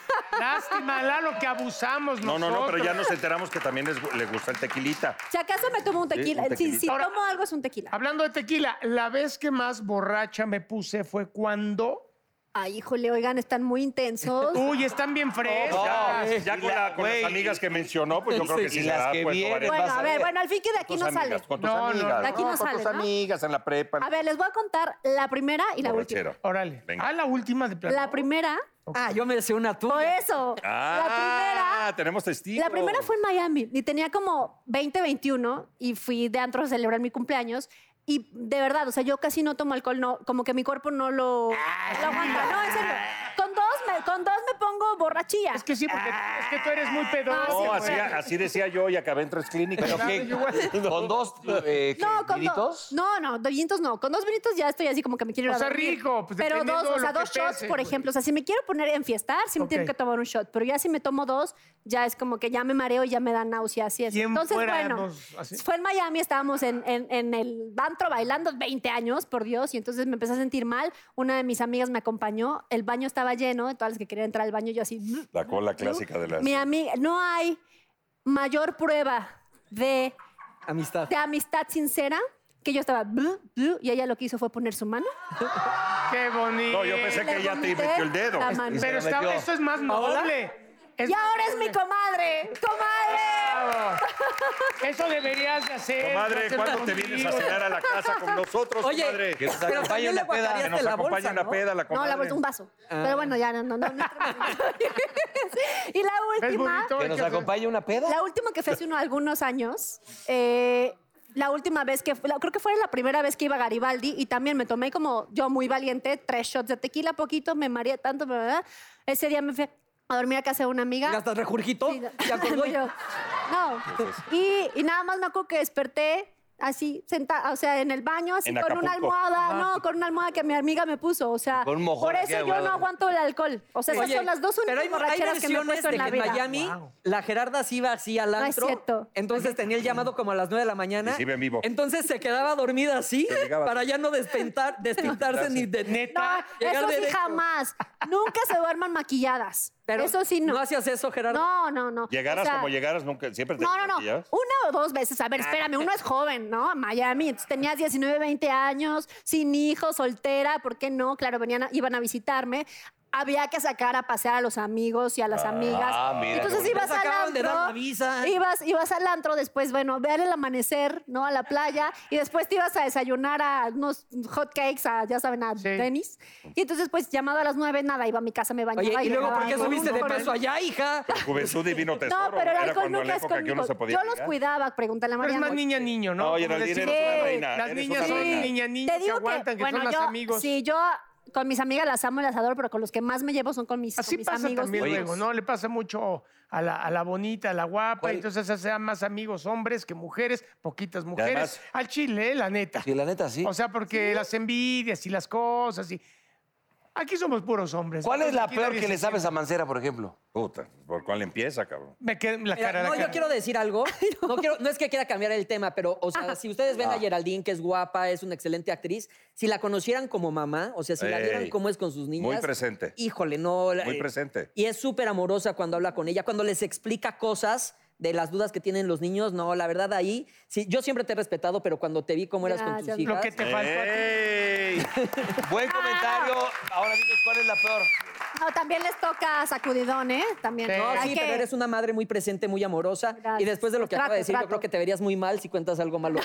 Speaker 2: Lástima, Lalo, que abusamos
Speaker 3: No, no, no, pero ya
Speaker 2: nosotros.
Speaker 3: nos enteramos que también les, gu- le gusta el tequilita.
Speaker 6: Si acaso me tomo un tequila,
Speaker 1: un
Speaker 6: si, si
Speaker 1: tequilita.
Speaker 2: Ahora-
Speaker 6: tomo algo es un tequila.
Speaker 2: Hablando de tequila, la vez que más borracha me puse fue cuando...
Speaker 6: Ay, híjole, oigan, están muy intensos.
Speaker 2: Uy, están bien frescas.
Speaker 3: Ya, ya
Speaker 1: Y
Speaker 3: con,
Speaker 1: la-
Speaker 3: la- con
Speaker 1: güey,
Speaker 3: las amigas que mencionó, pues yo creo que
Speaker 1: y
Speaker 3: sí se
Speaker 1: las
Speaker 3: ha
Speaker 1: que
Speaker 3: puesto
Speaker 1: vienen,
Speaker 3: varias-
Speaker 1: vas
Speaker 6: bueno, a ver,
Speaker 1: ver.
Speaker 6: bueno, al fin que de aquí
Speaker 3: tus
Speaker 6: no
Speaker 3: amigas,
Speaker 6: sale.
Speaker 3: Con tus
Speaker 2: No, no,
Speaker 3: amigas.
Speaker 6: de aquí no
Speaker 3: con tus
Speaker 6: sale, ¿no?
Speaker 3: amigas en la prepa.
Speaker 6: A ver, les voy a contar la primera y la última.
Speaker 3: borrachera.
Speaker 2: Órale.
Speaker 3: Venga.
Speaker 2: Ah, la última de plano.
Speaker 6: La primera,
Speaker 4: Ah, yo me sé una
Speaker 6: o
Speaker 4: tuya.
Speaker 6: eso.
Speaker 3: Ah,
Speaker 6: la primera
Speaker 3: tenemos testigos.
Speaker 6: La primera fue en Miami y tenía como 20, 21 y fui de antro a celebrar mi cumpleaños. Y de verdad, o sea, yo casi no tomo alcohol, no, como que mi cuerpo no lo, lo aguanta. No, en serio. Con dos, me, con dos me pongo borrachilla.
Speaker 2: Es que sí, porque es que tú eres muy pedón.
Speaker 6: Ah, sí,
Speaker 3: No,
Speaker 6: güey.
Speaker 3: así, así decía yo y acabé en tres clínicas.
Speaker 1: ¿Pero qué? ¿Con dos eh,
Speaker 6: No, con dos.
Speaker 1: vinitos?
Speaker 6: No, no, dos vinitos no. Con dos vinitos ya estoy así como que me quiero ir
Speaker 2: O
Speaker 6: a
Speaker 2: sea,
Speaker 6: dormir.
Speaker 2: rico, pues,
Speaker 6: pero dos,
Speaker 2: dependiendo
Speaker 6: o
Speaker 2: de
Speaker 6: sea,
Speaker 2: lo que
Speaker 6: dos shots,
Speaker 2: pese,
Speaker 6: por
Speaker 2: güey.
Speaker 6: ejempo. O sea, si me quiero poner en fiestar, sí me tengo
Speaker 2: Ok.
Speaker 6: que tomar un shot. Pero ya si me tomo dos, ya es como que ya me mareo y ya me da náusea. Así es.
Speaker 2: ¿Quién
Speaker 6: Entonces, bueno,
Speaker 2: fuéramos así?
Speaker 6: fue en Miami, estábamos en, en- en el bantro bailando 20 años, por Dios. Y entonces me empecé a sentir mal. Una de mis amigas me acompañó. El baño estaba lleno. de Todas las que querían entrar al baño, yo así.
Speaker 3: La cola clásica de las.
Speaker 6: Mi amiga, no hay mayor prueba de
Speaker 4: Amistad.
Speaker 6: de amistad sincera que yo estaba "Blu, blu", y ella lo que hizo fue poner su mano.
Speaker 2: Qué bonito.
Speaker 3: No, yo pensé que
Speaker 6: Le
Speaker 3: ella te
Speaker 6: vomité
Speaker 3: metió el dedo.
Speaker 6: la mano.
Speaker 2: Pero
Speaker 1: Se
Speaker 2: está-
Speaker 1: metió.
Speaker 2: eso es más noble. Es
Speaker 6: Y
Speaker 2: más
Speaker 6: ahora es mi
Speaker 2: noble.
Speaker 6: comadre, comadre.
Speaker 2: Bravo. Eso deberías de hacer.
Speaker 3: Comadre,
Speaker 2: hacer
Speaker 3: ¿cuándo te
Speaker 2: contigo.
Speaker 3: vienes a cenar a la casa con nosotros,
Speaker 4: Oye,
Speaker 3: comadre?
Speaker 1: Que nos
Speaker 4: pero
Speaker 1: acompañe
Speaker 4: también
Speaker 1: en
Speaker 4: le
Speaker 1: la peda, que
Speaker 3: Que
Speaker 4: guacareaste
Speaker 3: nos
Speaker 4: la
Speaker 3: acompañe
Speaker 4: bolsa,
Speaker 3: en la
Speaker 4: ¿no?
Speaker 3: peda, la
Speaker 6: No,
Speaker 3: comadre.
Speaker 6: la vuelta un vaso.
Speaker 2: Ah.
Speaker 6: Pero bueno, ya no, no, no. no entremos en- y la
Speaker 2: Es
Speaker 6: última,
Speaker 2: bonito.
Speaker 1: ¿Que nos acompañe una peda?
Speaker 6: la última que fue hace unos algunos años, eh, la última vez que, fue- la- creo que fue la primera vez que iba a Garibaldi y también me tomé como yo muy valiente, tres shots de tequila, poquito, me mareé tanto, ¿verdad? Ese día me fui a dormir a casa de una amiga.
Speaker 4: Y hasta rejurgito.
Speaker 6: Sí,
Speaker 4: ¿Te acordó?
Speaker 6: no, yo- no. Y, y nada más me acuerdo que desperté así, sentada, o sea, en el baño, así
Speaker 3: En
Speaker 6: con una
Speaker 3: Acapulco.
Speaker 6: almohada, no, con una almohada que mi amiga me puso, o sea,
Speaker 1: Con un mojón
Speaker 6: por
Speaker 1: aquí
Speaker 6: eso
Speaker 1: al
Speaker 6: yo
Speaker 1: lado.
Speaker 6: no aguanto el alcohol. O sea, esas
Speaker 4: Oye,
Speaker 6: son las dos
Speaker 4: pero
Speaker 6: únicas
Speaker 4: hay, hay
Speaker 6: borracheras que me he
Speaker 4: versiones
Speaker 6: puesto
Speaker 4: de
Speaker 6: en la
Speaker 4: que
Speaker 6: vida.
Speaker 4: en Miami la Gerarda sí iba así al
Speaker 6: No es
Speaker 4: antro.
Speaker 6: cierto.
Speaker 4: Entonces tenía el llamado como a las 9 de la mañana.
Speaker 3: Y sí ve en vivo.
Speaker 4: Entonces se quedaba dormida así
Speaker 3: Se llegaba.
Speaker 4: para ya no despentar, despintarse ni de
Speaker 6: No,
Speaker 4: neta. llegar
Speaker 6: eso sí
Speaker 4: derecho.
Speaker 6: jamás. Nunca se duerman maquilladas.
Speaker 4: Pero
Speaker 6: eso sí no.
Speaker 4: No hacías eso, Gerarda.
Speaker 6: No, no, no.
Speaker 3: Llegaras
Speaker 6: O sea,
Speaker 3: como llegaras, nunca, siempre te
Speaker 6: No, no, no.
Speaker 3: maquillas.
Speaker 6: Una o dos veces. A ver,
Speaker 4: Ah,
Speaker 6: espérame, uno es joven, ¿no? Miami. Entonces tenías 19, 20 años, sin hijos, soltera, ¿por qué no? Claro, venían, a- iban a visitarme. Había que sacar a pasear a los amigos y a las amigas.
Speaker 1: Ah, mira,
Speaker 6: Entonces
Speaker 1: qué
Speaker 6: ibas
Speaker 4: bonito.
Speaker 6: al
Speaker 4: Acaban de dar la visa.
Speaker 6: antro, ibas, ibas al antro, después, bueno, ver el amanecer, ¿no? A la playa, y después te ibas a desayunar a unos hot cakes, a, ya saben, a
Speaker 2: Sí.
Speaker 6: Dennis. Y entonces, pues, llamado a las nueve, nada, iba a mi casa, me bañaba.
Speaker 4: Oye, y luego,
Speaker 6: llegaba
Speaker 4: ¿por qué
Speaker 6: con-
Speaker 4: subiste de
Speaker 6: con-
Speaker 4: peso allá, hija?
Speaker 3: Juventud divino tesoro.
Speaker 6: Pues no, pero el
Speaker 3: Era
Speaker 6: alcohol
Speaker 3: cuando
Speaker 6: nunca
Speaker 3: la
Speaker 6: es
Speaker 3: época que uno
Speaker 6: conmigo.
Speaker 3: se podía
Speaker 6: Yo los
Speaker 3: ligar.
Speaker 6: cuidaba, pregúntale a
Speaker 2: Pero
Speaker 6: María.
Speaker 2: es más niña niño,
Speaker 3: No,
Speaker 2: ¿no? Como
Speaker 3: Geraldine,
Speaker 2: decimos,
Speaker 3: eres una
Speaker 6: Sí.
Speaker 3: reina.
Speaker 2: Las
Speaker 3: eres
Speaker 2: niñas
Speaker 3: una
Speaker 2: son
Speaker 3: reina.
Speaker 2: niña niña
Speaker 6: Te
Speaker 2: que
Speaker 6: digo
Speaker 2: aguantan,
Speaker 6: que,
Speaker 2: que
Speaker 6: bueno,
Speaker 2: son las
Speaker 6: yo,
Speaker 2: amigos.
Speaker 6: sí, yo con mis amigas las amo, las adoro, pero con los que más me llevo son con mis, con
Speaker 2: Así
Speaker 6: mis
Speaker 2: pasa
Speaker 6: amigos.
Speaker 2: también
Speaker 1: Oye,
Speaker 2: luego, ¿no? Le pasa mucho a la, a la bonita, a la guapa,
Speaker 1: ¿Cuál?
Speaker 2: entonces se hacen más amigos hombres que mujeres, poquitas mujeres.
Speaker 1: además-
Speaker 2: Al chile, eh, la neta.
Speaker 1: Sí, la neta, sí.
Speaker 2: O sea, porque las envidias y las cosas y... Aquí somos puros hombres.
Speaker 1: ¿Cuál es la
Speaker 2: Aquí nadie
Speaker 1: peor que
Speaker 2: se
Speaker 1: le sabes a Mancera, por ejemplo?
Speaker 3: Puta, ¿por cuál empieza, cabrón?
Speaker 2: Me queda la
Speaker 4: Mira,
Speaker 2: cara. la
Speaker 4: no, yo
Speaker 2: cara.
Speaker 4: quiero decir algo. No, quiero, no es que quiera cambiar el tema, pero, o
Speaker 3: Ah.
Speaker 4: sea, si ustedes ven a Geraldine, que es guapa, es una excelente actriz, si la conocieran como mamá, o sea, si la vieran
Speaker 3: Ey,
Speaker 4: cómo es con sus niñas.
Speaker 3: muy presente.
Speaker 4: Híjole, no. la-
Speaker 3: Muy presente.
Speaker 4: Y es súper amorosa cuando habla con ella, cuando les explica cosas de las dudas que tienen los niños. No, la verdad, ahí. Sí, yo siempre te he respetado, pero cuando te vi cómo eras con
Speaker 6: Gracias.
Speaker 4: tus hijas.
Speaker 2: Lo que te faltó a
Speaker 1: Eh,
Speaker 2: ti.
Speaker 3: ¡Ey!
Speaker 1: Buen comentario. Ahora dinos cuál es la peor.
Speaker 6: No, también les toca sacudidón, ¿eh? También.
Speaker 2: Sí.
Speaker 6: ¿no?
Speaker 4: No,
Speaker 6: Hay
Speaker 4: sí,
Speaker 6: que-
Speaker 4: pero eres una madre muy presente, muy amorosa.
Speaker 6: Gracias.
Speaker 4: Y después de lo que acabo
Speaker 6: Trato,
Speaker 4: de decir,
Speaker 6: trato.
Speaker 4: yo creo que te verías muy mal si cuentas algo malo.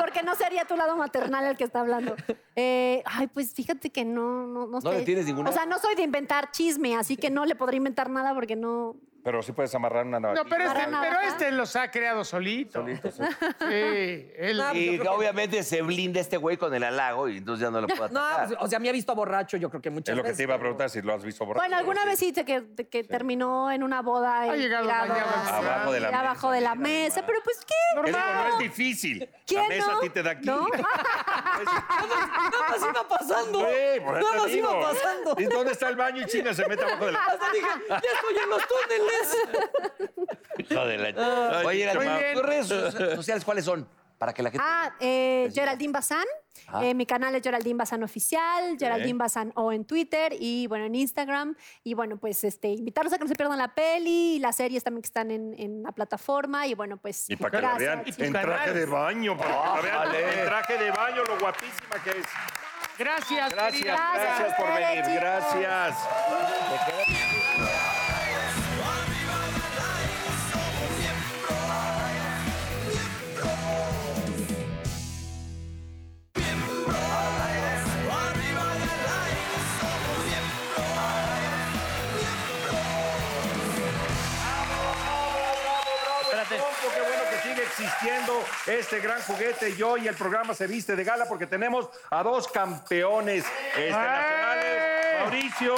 Speaker 6: Porque no sería tu lado maternal el que está hablando. Eh, ay, pues fíjate que no, no, no
Speaker 1: ¿No le
Speaker 6: sé.
Speaker 1: tienes ninguna?
Speaker 6: O sea, no soy de inventar chisme, así que no le podría inventar nada porque no.
Speaker 3: Pero sí puedes amarrar una
Speaker 2: No,
Speaker 3: navaja.
Speaker 2: pero este,
Speaker 6: Para nada.
Speaker 2: pero este los ha creado solito.
Speaker 3: Solito, sí.
Speaker 2: Sí, él.
Speaker 4: No, pues,
Speaker 1: Y
Speaker 4: creo que-
Speaker 1: obviamente se blinda este güey con el halago y entonces ya no lo puedo
Speaker 4: No,
Speaker 1: atacar.
Speaker 4: pues, o sea, me ha visto borracho, yo creo que muchas
Speaker 3: Es lo que
Speaker 4: veces.
Speaker 3: te iba a
Speaker 4: pero-
Speaker 3: preguntar si lo has visto borracho.
Speaker 6: Bueno, alguna
Speaker 3: Sí.
Speaker 6: vez sí te- que, de que terminó en una boda.
Speaker 2: Ha
Speaker 6: él
Speaker 2: llegado bañado en sangre.
Speaker 6: así,
Speaker 3: Abajo de la mesa,
Speaker 6: abajo de la
Speaker 3: mira,
Speaker 6: mesa,
Speaker 3: nomás.
Speaker 6: pero pues qué.
Speaker 3: Es,
Speaker 2: Normal.
Speaker 3: no es difícil.
Speaker 6: ¿Quién
Speaker 3: la mesa
Speaker 6: no?
Speaker 3: a ti te da aquí.
Speaker 6: ¿No?
Speaker 4: Nada más iba pasando.
Speaker 3: Güey, por ahí
Speaker 4: Nada
Speaker 3: te
Speaker 4: más iba
Speaker 3: digo.
Speaker 4: pasando.
Speaker 3: ¿Y dónde está el baño? Y chinga, se mete abajo de la...
Speaker 4: Hasta dije, ya estoy en los túneles.
Speaker 1: Hijo de la- pues, Oye,
Speaker 3: Muy
Speaker 1: la-
Speaker 2: bien.
Speaker 1: ¿tus redes so- sociales cuáles son? Para que la gente.
Speaker 6: Ah, eh, Geraldine Bazán.
Speaker 1: Ah.
Speaker 6: Eh, mi canal es Geraldine Bazán Oficial, Geraldine Bazán O en Twitter y bueno, en Instagram. Y bueno, pues este, invitarlos a que no se pierdan la peli y las series también que están en, en la plataforma. Y bueno, pues.
Speaker 3: Y para que la
Speaker 6: gracias.
Speaker 3: vean
Speaker 2: tu
Speaker 3: en
Speaker 2: canal.
Speaker 3: traje de baño. Para que la vean en traje de baño, lo guapísima que es.
Speaker 2: Gracias,
Speaker 3: Gracias,
Speaker 2: querida.
Speaker 6: Gracias a
Speaker 3: gracias por
Speaker 6: ustedes,
Speaker 3: venir.
Speaker 6: chicos.
Speaker 3: Gracias. Compo, qué bueno que sigue existiendo este gran juguete y hoy el programa se viste de gala porque tenemos a dos campeones este, nacionales, Mauricio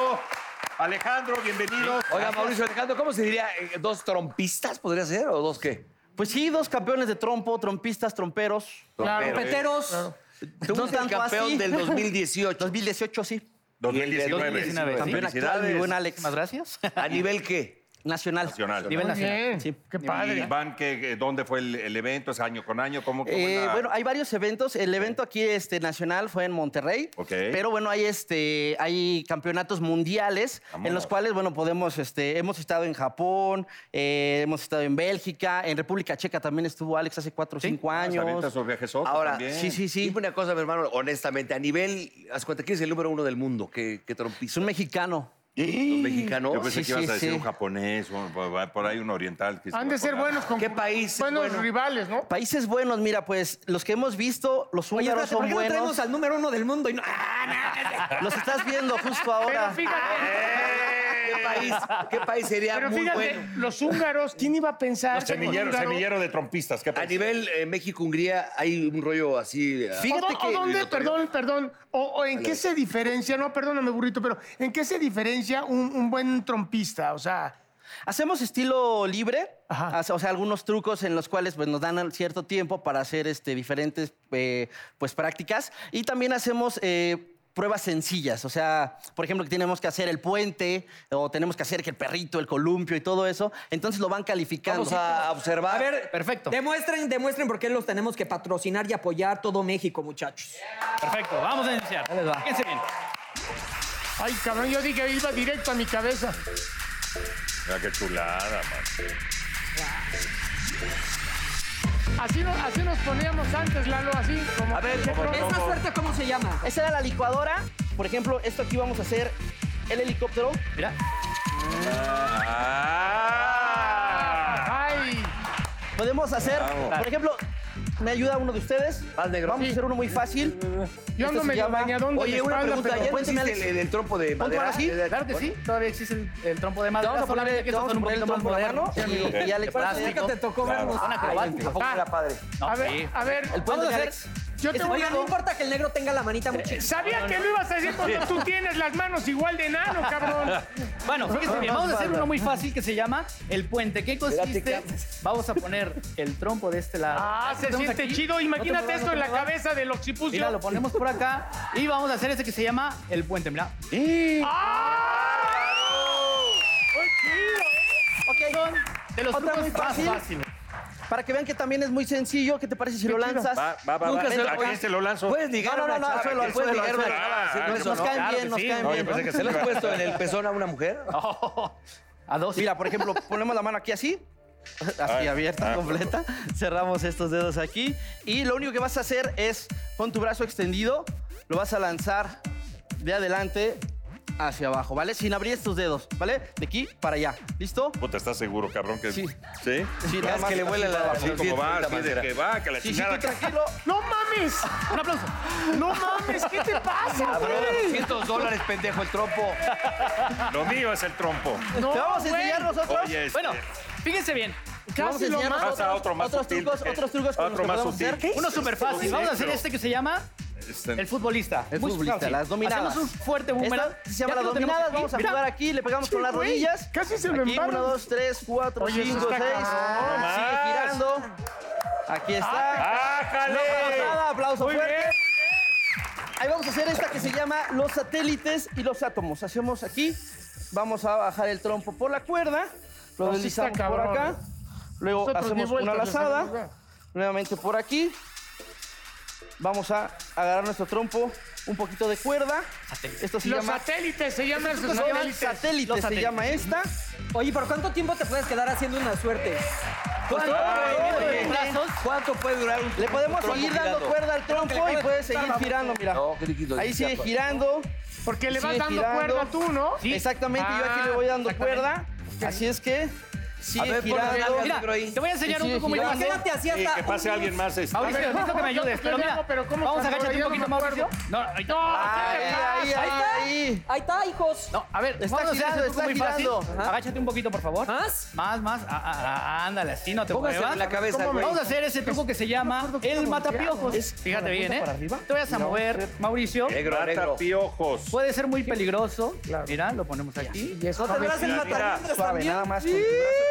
Speaker 3: Alejandro, bienvenidos.
Speaker 1: Ah. Oiga, Mauricio Alejandro, ¿cómo se diría? Eh, ¿Dos trompistas podría ser o dos qué?
Speaker 7: Pues sí, dos campeones de trompo, trompistas, tromperos.
Speaker 2: Claro.
Speaker 1: Tromperos.
Speaker 4: Peteros.
Speaker 1: Tú
Speaker 7: No
Speaker 1: fuiste el
Speaker 7: tanto
Speaker 1: campeón
Speaker 7: así.
Speaker 1: del 2018.
Speaker 7: 2018, sí.
Speaker 3: 2019.
Speaker 1: 2019.
Speaker 7: Campeón actual, mi
Speaker 3: Felicidades.
Speaker 7: buen Alex. Más gracias.
Speaker 1: ¿A nivel qué?
Speaker 7: Nacional.
Speaker 3: Nacional.
Speaker 7: Nivel
Speaker 2: Muy
Speaker 7: nacional.
Speaker 2: bien.
Speaker 7: sí.
Speaker 2: Qué padre.
Speaker 3: Iván, ¿qué- qué- ¿dónde fue el, el evento? ¿Es año con año? ¿Cómo, cómo
Speaker 7: Eh,
Speaker 3: es la-
Speaker 7: bueno, hay varios eventos. El evento aquí este, nacional fue en Monterrey.
Speaker 3: Ok.
Speaker 7: Pero bueno, hay, este, hay campeonatos mundiales en
Speaker 3: Vámonos.
Speaker 7: los cuales, bueno, podemos, este, hemos estado en Japón, eh, hemos estado en Bélgica, en República Checa también estuvo Alex hace cuatro o cinco
Speaker 3: Ah, se
Speaker 7: años.
Speaker 3: avienta esos viajesotes
Speaker 1: Ahora,
Speaker 3: también.
Speaker 7: sí, sí, sí.
Speaker 1: Dime una cosa, mi hermano, honestamente, a nivel, haz cuenta, ¿quién es el número uno del mundo? ¿Qué, qué
Speaker 7: Es
Speaker 1: trompista?
Speaker 7: un mexicano.
Speaker 1: Los mexicanos.
Speaker 3: Yo pensé
Speaker 7: Sí,
Speaker 3: que ibas
Speaker 7: sí,
Speaker 3: a decir
Speaker 7: sí.
Speaker 3: un japonés, un- por por ahí un oriental. que se
Speaker 2: Han
Speaker 3: va
Speaker 2: de
Speaker 3: a
Speaker 2: ser
Speaker 3: colar.
Speaker 2: buenos con
Speaker 1: ¿Qué país es
Speaker 2: buenos
Speaker 1: bueno?
Speaker 2: rivales, ¿no?
Speaker 7: Países buenos, mira, pues los que hemos visto, los
Speaker 4: Oye,
Speaker 7: húngaros
Speaker 4: espérate, ¿por
Speaker 7: son
Speaker 4: qué no traemos
Speaker 7: buenos.
Speaker 4: al número uno del mundo? Y no- ¡Ah,
Speaker 7: Los estás viendo justo
Speaker 2: Pero
Speaker 7: ahora.
Speaker 2: fíjate,
Speaker 1: ¿Qué país, ¿Qué país sería
Speaker 2: pero
Speaker 1: Ah, muy
Speaker 2: fíjate,
Speaker 1: bueno?
Speaker 2: los húngaros, ¿quién iba a pensar?
Speaker 3: Los
Speaker 2: que los
Speaker 3: semilleros,
Speaker 2: húngaros-
Speaker 3: semillero de trompistas. ¿Qué
Speaker 1: A
Speaker 3: pasa?
Speaker 1: nivel eh, México-Hungría hay un rollo así. eh,
Speaker 7: Sí.
Speaker 2: ¿O
Speaker 7: Fíjate
Speaker 2: dó-
Speaker 7: que-
Speaker 2: o dónde,
Speaker 1: Luis
Speaker 2: perdón, perdón, o, o en qué se diferencia, no, perdóname, burrito, pero ¿en qué se diferencia un, un buen trompista? O sea,
Speaker 7: Hacemos estilo libre,
Speaker 2: Ajá.
Speaker 7: hace- o sea, algunos trucos en los cuales pues, nos dan al- cierto tiempo para hacer este, diferentes eh, pues, prácticas. Y también hacemos eh, pruebas sencillas, o sea, por ejemplo, que tenemos que hacer el puente, o tenemos que hacer que el perrito, el columpio y todo eso. Entonces lo van calificando.
Speaker 1: Vamos a
Speaker 4: A
Speaker 1: observar.
Speaker 4: ver,
Speaker 8: Perfecto.
Speaker 4: Demuestren, demuestren por qué los tenemos que patrocinar y apoyar todo México, muchachos.
Speaker 8: Perfecto, vamos a iniciar.
Speaker 7: Ahí les va.
Speaker 8: Fíjense bien.
Speaker 2: ay, cabrón, yo dije, iba directo a mi cabeza.
Speaker 3: Mira Ah, qué chulada, man.
Speaker 2: Así, no- así nos poníamos antes, Lalo, así como...
Speaker 1: A ver, ¿cómo,
Speaker 4: ¿Esta
Speaker 1: cómo?
Speaker 4: suerte cómo se llama?
Speaker 7: Esa era la licuadora. Por ejemplo, esto aquí vamos a hacer el helicóptero.
Speaker 8: Mira.
Speaker 2: Ay,
Speaker 7: Podemos hacer, por ejemplo, me ayuda uno de ustedes.
Speaker 1: Vas, negro.
Speaker 7: Vamos a hacer uno muy fácil.
Speaker 2: yo ando
Speaker 7: Este se
Speaker 2: medio
Speaker 7: llama-
Speaker 2: bañadón de la
Speaker 1: Oye, una
Speaker 2: espalda,
Speaker 1: pregunta.
Speaker 2: pero-
Speaker 1: ¿Ya no
Speaker 7: cuéntame,
Speaker 1: hiciste
Speaker 7: Alex.
Speaker 1: el, el trompo de madera?
Speaker 7: así?
Speaker 1: Eh,
Speaker 8: Claro que sí, todavía existe el, el trompo de madera.
Speaker 7: Vamos a poner,
Speaker 8: solamente que
Speaker 7: vamos
Speaker 8: estos
Speaker 7: a
Speaker 8: son un
Speaker 7: poner el
Speaker 8: poquito
Speaker 7: trompo
Speaker 8: más
Speaker 7: moderno.
Speaker 8: modernos. Sí, amigo.
Speaker 7: Y, y Alex,
Speaker 8: Plástico.
Speaker 4: Así que te tocó vernos.
Speaker 8: Son acrobáticos.
Speaker 1: ¿a poco
Speaker 2: Ah.
Speaker 1: era padre?
Speaker 8: No,
Speaker 2: A
Speaker 8: sí.
Speaker 2: ver, a ver,
Speaker 7: El puente
Speaker 4: Vamos
Speaker 7: de
Speaker 4: a
Speaker 7: Alex.
Speaker 2: yo tengo
Speaker 4: Oiga, no
Speaker 2: algo.
Speaker 4: importa que el negro tenga la manita muy chiquita.
Speaker 2: Sabía que lo ibas a decir porque tú tienes las manos igual de enano, cabrón.
Speaker 8: Bueno, fíjense bien, vamos a hacer uno muy fácil que se llama el puente. ¿Qué consiste?
Speaker 1: Espérate,
Speaker 8: Vamos a poner el trompo de este lado.
Speaker 2: Ah, se
Speaker 8: Estamos
Speaker 2: siente
Speaker 8: aquí.
Speaker 2: chido.
Speaker 8: No te
Speaker 2: Imagínate
Speaker 8: muevas,
Speaker 2: esto
Speaker 8: no
Speaker 2: en
Speaker 8: te
Speaker 2: la
Speaker 8: muevas.
Speaker 2: cabeza del occipucio.
Speaker 8: Mira, lo ponemos por acá y vamos a hacer este que se llama el puente, mira.
Speaker 2: ¡Ah! ¡Ay, chido, eh!
Speaker 8: Son de los
Speaker 7: Otra
Speaker 8: trucos
Speaker 7: muy
Speaker 8: más
Speaker 7: fácil.
Speaker 8: fáciles.
Speaker 7: Para que vean que también es muy sencillo. ¿Qué te parece si lo
Speaker 2: chido.
Speaker 7: lanzas?
Speaker 3: Va, va, va.
Speaker 7: Nunca
Speaker 3: va.
Speaker 7: se lo
Speaker 3: ¿A quién se lo lanzo?
Speaker 1: Puedes ligar
Speaker 7: No, no,
Speaker 1: a
Speaker 7: no,
Speaker 1: una chava,
Speaker 7: no, suelo,
Speaker 1: ¿quieres
Speaker 7: suelo,
Speaker 1: ligar a una
Speaker 7: suelo.
Speaker 1: chava?
Speaker 3: Ah,
Speaker 1: Sí, no,
Speaker 7: Nos,
Speaker 1: eso
Speaker 7: nos
Speaker 1: no.
Speaker 7: caen
Speaker 8: claro
Speaker 7: bien,
Speaker 8: que
Speaker 7: nos
Speaker 8: sí.
Speaker 7: caen
Speaker 3: No, yo
Speaker 7: bien.
Speaker 3: pensé que
Speaker 1: ¿Se lo has puesto en el pezón a una mujer?
Speaker 8: A dos.
Speaker 7: Mira, por ejemplo, ponemos la mano aquí así. Así abierta, completa. Cerramos estos dedos aquí. Y lo único que vas a hacer es, con tu brazo extendido, lo vas a lanzar de adelante hacia abajo, ¿vale? Sin abrir estos dedos, ¿vale? De aquí para allá. ¿Listo?
Speaker 3: Puta, ¿estás seguro, cabrón? Que...
Speaker 7: Sí.
Speaker 3: ¿Sí?
Speaker 7: Sí,
Speaker 1: Haz que le vuele la
Speaker 3: Así
Speaker 1: los
Speaker 3: como
Speaker 1: dientes
Speaker 3: va,
Speaker 1: de esta
Speaker 3: así de
Speaker 1: manera.
Speaker 3: que va, que la
Speaker 7: Sí, sí,
Speaker 3: chingada.
Speaker 7: tú tranquilo.
Speaker 2: ¡No mames!
Speaker 8: Un aplauso.
Speaker 2: ¡No mames! ¿Qué te pasa,
Speaker 1: Cabrón,
Speaker 2: güey?
Speaker 1: 200 dólares, pendejo, el trompo.
Speaker 3: Lo mío es el trompo.
Speaker 2: No,
Speaker 7: Te vamos a enseñar
Speaker 2: güey.
Speaker 7: nosotros.
Speaker 3: Oye, este,
Speaker 8: Bueno, fíjense bien.
Speaker 7: Te vamos a
Speaker 2: Casi lo
Speaker 7: enseñar
Speaker 3: Pasa
Speaker 2: mato.
Speaker 7: nosotros
Speaker 3: otro más
Speaker 7: otros
Speaker 3: sutil,
Speaker 7: trucos,
Speaker 3: ¿qué?
Speaker 7: otros trucos con los
Speaker 3: Otro
Speaker 7: que
Speaker 3: más
Speaker 7: podemos hacer.
Speaker 3: sutil.
Speaker 8: Uno súper fácil. Vamos a hacer este que se llama
Speaker 3: este,
Speaker 8: el futbolista.
Speaker 7: El
Speaker 8: Muy
Speaker 7: futbolista,
Speaker 8: fácil.
Speaker 7: las dominadas.
Speaker 8: Hacemos un fuerte boomerang.
Speaker 7: Esta se llama
Speaker 8: Ya
Speaker 7: las
Speaker 8: lo tenemos
Speaker 7: dominadas.
Speaker 8: aquí.
Speaker 7: Vamos a
Speaker 8: Mira.
Speaker 7: jugar aquí, le pegamos con las
Speaker 2: güey,
Speaker 7: rodillas.
Speaker 2: casi se me
Speaker 7: Aquí,
Speaker 2: embarra.
Speaker 7: 1, 2, 3, 4,
Speaker 2: Oye, eso
Speaker 7: 5, 6.
Speaker 2: está
Speaker 7: Sigue
Speaker 2: cabrón. Ah,
Speaker 7: girando. Aquí está.
Speaker 3: ¡Ájale!
Speaker 7: Nada, aplauso
Speaker 2: Muy
Speaker 7: fuerte.
Speaker 2: bien.
Speaker 7: Ahí vamos a hacer esta que se llama los satélites y los átomos. Hacemos aquí, vamos a bajar el trompo por la cuerda, lo
Speaker 2: No, sí está
Speaker 7: deslizamos por
Speaker 2: cabrón,
Speaker 7: acá,
Speaker 2: eh.
Speaker 7: luego
Speaker 2: Nosotros ni
Speaker 7: hacemos una
Speaker 2: vueltas les hacemos,
Speaker 7: lazada,
Speaker 2: ¿verdad?
Speaker 7: nuevamente por aquí. Vamos a agarrar nuestro trompo, un poquito de cuerda. Esto se
Speaker 2: Los
Speaker 7: llama
Speaker 2: satélites se llaman
Speaker 7: esto
Speaker 2: los
Speaker 7: se llama
Speaker 2: satélites.
Speaker 7: satélite, se llama esta.
Speaker 4: Oye, ¿por cuánto tiempo te puedes quedar haciendo una suerte? Pues,
Speaker 7: ¿Cuánto,
Speaker 8: Movimiento de brazos.
Speaker 1: ¿Cuánto puede durar un
Speaker 7: Le podemos seguir dando
Speaker 1: girando?
Speaker 7: cuerda al trompo y puede seguir girando, mira.
Speaker 1: No, qué líquido.
Speaker 7: Ahí sigue girando.
Speaker 2: Porque le vas
Speaker 7: Sigue
Speaker 2: dando
Speaker 7: girando.
Speaker 2: cuerda tú, ¿no?
Speaker 8: Sí.
Speaker 7: Exactamente, yo aquí
Speaker 2: Ah,
Speaker 7: le voy dando
Speaker 8: exactamente.
Speaker 7: cuerda. Así es que
Speaker 1: A
Speaker 7: sigue
Speaker 1: ver, pon las
Speaker 7: girando.
Speaker 1: nalgas.
Speaker 8: Mira,
Speaker 1: negro ahí.
Speaker 8: te voy a enseñar
Speaker 7: Sí,
Speaker 8: un
Speaker 7: sí,
Speaker 8: poco muy
Speaker 7: sí,
Speaker 4: Pero
Speaker 7: vamos.
Speaker 8: fácil.
Speaker 4: quédate así
Speaker 3: Sí,
Speaker 4: hasta
Speaker 3: que pase
Speaker 4: un-
Speaker 3: alguien más. este.
Speaker 8: Mauricio, necesito que me ayudes, pero mira,
Speaker 2: Pero ¿cómo
Speaker 8: vamos a
Speaker 2: cabrón?
Speaker 8: agacharte
Speaker 2: Ya
Speaker 8: un
Speaker 2: no
Speaker 8: poquito,
Speaker 2: me acuerdo.
Speaker 8: Mauricio. No, ahorita.
Speaker 2: No,
Speaker 7: Ahí,
Speaker 2: ¿qué te
Speaker 7: ahí,
Speaker 2: pasa?
Speaker 7: ahí, ahí, ahí.
Speaker 4: Ahí está, hijos.
Speaker 8: No, a ver,
Speaker 7: Está
Speaker 8: vamos a hacer esto
Speaker 7: girando, Ah, está
Speaker 8: muy fácil.
Speaker 7: girando.
Speaker 8: Ajá. Agáchate un poquito, por favor.
Speaker 4: ¿Más?
Speaker 8: Más, más. Ah, ah, ah, ándale, así no te
Speaker 7: Póngase
Speaker 8: muevas.
Speaker 7: en la cabeza,
Speaker 8: ¿Cómo
Speaker 7: güey.
Speaker 8: Vamos a hacer ese truco que se llama el matapiojos. Fíjate bien, ¿eh? Te vas a mover, Mauricio.
Speaker 1: Negro, negro.
Speaker 3: piojos.
Speaker 8: Puede ser muy peligroso. Mira, lo ponemos aquí.
Speaker 4: No tendrás el
Speaker 3: mira,
Speaker 4: matamientras
Speaker 7: Suave,
Speaker 4: también.
Speaker 7: nada más con tu brazo extendido.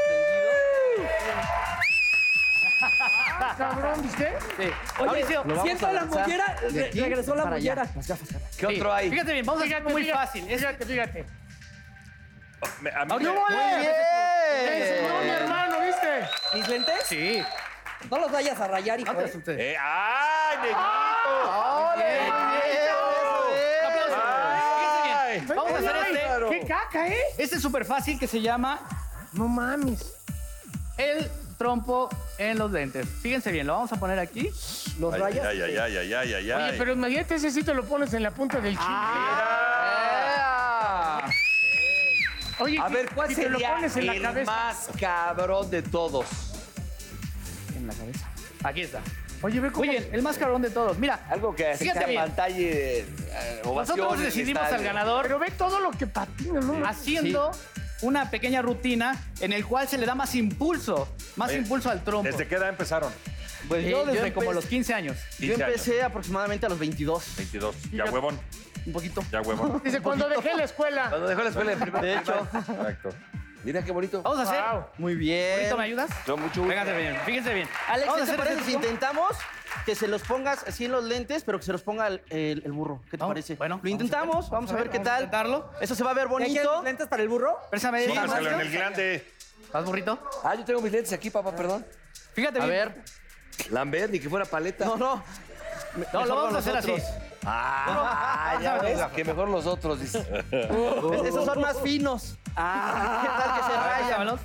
Speaker 2: Cabrón, ¿viste?
Speaker 8: Sí. Mauricio,
Speaker 7: Lo vamos a
Speaker 4: Siento la
Speaker 7: lanzar
Speaker 4: mollera.
Speaker 7: de
Speaker 4: re-
Speaker 7: aquí
Speaker 4: regresó la
Speaker 7: para allá.
Speaker 4: mollera.
Speaker 7: Las gafas, gafas.
Speaker 1: ¿Qué otro hay?
Speaker 8: Fíjate bien, vamos a hacer algo muy
Speaker 2: fíjate,
Speaker 8: fácil. Es-
Speaker 2: Fíjate, fíjate.
Speaker 3: Me- a mí
Speaker 8: Ahorita-
Speaker 3: me-
Speaker 7: Muy bien.
Speaker 2: No, mi hermano, ¿viste?
Speaker 4: ¿Mis lentes?
Speaker 8: Sí.
Speaker 4: No los vayas a rayar, hijo.
Speaker 8: No te
Speaker 4: ¿eh?
Speaker 8: asustes.
Speaker 3: Eh, ¡Ay, negrito!
Speaker 7: ¡Ole! ¡Eso es!
Speaker 8: Un aplauso.
Speaker 3: Ay.
Speaker 8: Fíjense bien. Vamos a hacer este.
Speaker 2: ¡Qué caca, eh!
Speaker 8: Este es súper fácil que se llama
Speaker 2: No mames.
Speaker 8: el trompo en los lentes. Fíjense bien, lo vamos a poner aquí.
Speaker 4: Los
Speaker 3: Ay,
Speaker 4: rayas.
Speaker 3: ay, ay, ay, ay, ay, ay,
Speaker 2: Oye,
Speaker 3: ay.
Speaker 2: pero imagínate ese sí te lo pones en la punta del chile. Oye,
Speaker 1: A
Speaker 2: si-
Speaker 1: ver, ¿cuál
Speaker 2: si te lo
Speaker 1: sería
Speaker 2: pones en la
Speaker 1: el
Speaker 2: cabeza.
Speaker 1: más cabrón de todos?
Speaker 8: Aquí está.
Speaker 2: Oye, ve cómo.
Speaker 8: Oye, el más cabrón de todos. Mira,
Speaker 1: Algo que se
Speaker 8: Fíjate bien.
Speaker 1: pantalla eh, ovaciones,
Speaker 8: nosotros decidimos
Speaker 1: estadio.
Speaker 8: al ganador
Speaker 2: Pero ve todo lo que patina, ¿no?
Speaker 8: haciendo una pequeña rutina en el cual se le da más impulso, más
Speaker 3: Oye,
Speaker 8: impulso al trompo.
Speaker 3: ¿Desde qué edad empezaron?
Speaker 7: Pues
Speaker 8: Yo desde como
Speaker 7: empe-
Speaker 8: los 15 años.
Speaker 7: Yo
Speaker 3: 15 años.
Speaker 7: empecé aproximadamente a los 22.
Speaker 3: 22. Ya huevón,
Speaker 7: Un poquito.
Speaker 3: ya huevón.
Speaker 2: Dice, cuando dejé la escuela.
Speaker 1: Cuando dejó la escuela de primer
Speaker 7: De hecho.
Speaker 3: Exacto.
Speaker 1: Mira qué bonito.
Speaker 8: Vamos a hacer.
Speaker 2: Wow.
Speaker 7: Muy bien.
Speaker 8: Ahorita, ¿me ayudas?
Speaker 1: Yo mucho gusto.
Speaker 8: Fíjate bien, fíjense bien.
Speaker 7: Alex,
Speaker 8: Vamos a
Speaker 7: ¿qué te
Speaker 8: hacer
Speaker 7: parece
Speaker 8: este
Speaker 7: si
Speaker 8: truco.
Speaker 7: intentamos que se los pongas así en los lentes, pero que se los ponga el, el- el burro? ¿Qué te
Speaker 8: Vamos,
Speaker 7: parece?
Speaker 8: Oh, bueno,
Speaker 7: Lo
Speaker 8: vamos a
Speaker 7: intentamos, vamos a ver, qué
Speaker 8: vamos a
Speaker 7: tal.
Speaker 8: intentarlo.
Speaker 7: Eso se va a ver
Speaker 4: ¿Ya quieres
Speaker 7: bonito.
Speaker 4: mis lentes para el burro?
Speaker 8: Préstame
Speaker 3: Sí,
Speaker 8: bien.
Speaker 3: Póngaselo en el grande.
Speaker 8: ¿Vas, burrito?
Speaker 1: Ah, yo tengo mis lentes aquí, papá, perdón.
Speaker 8: Fíjate
Speaker 7: A
Speaker 8: bien.
Speaker 7: ver.
Speaker 1: Lambert, ni que fuera paleta.
Speaker 7: No, no.
Speaker 8: No, lo
Speaker 7: Mejor
Speaker 8: vamos a hacer así.
Speaker 7: nosotros.
Speaker 1: Ah, ya ves, que mejor los otros, dice.
Speaker 7: Es- Esos son más finos. ¿Qué tal que se
Speaker 8: Ah. A ver,
Speaker 7: rayan?
Speaker 8: préstamelos.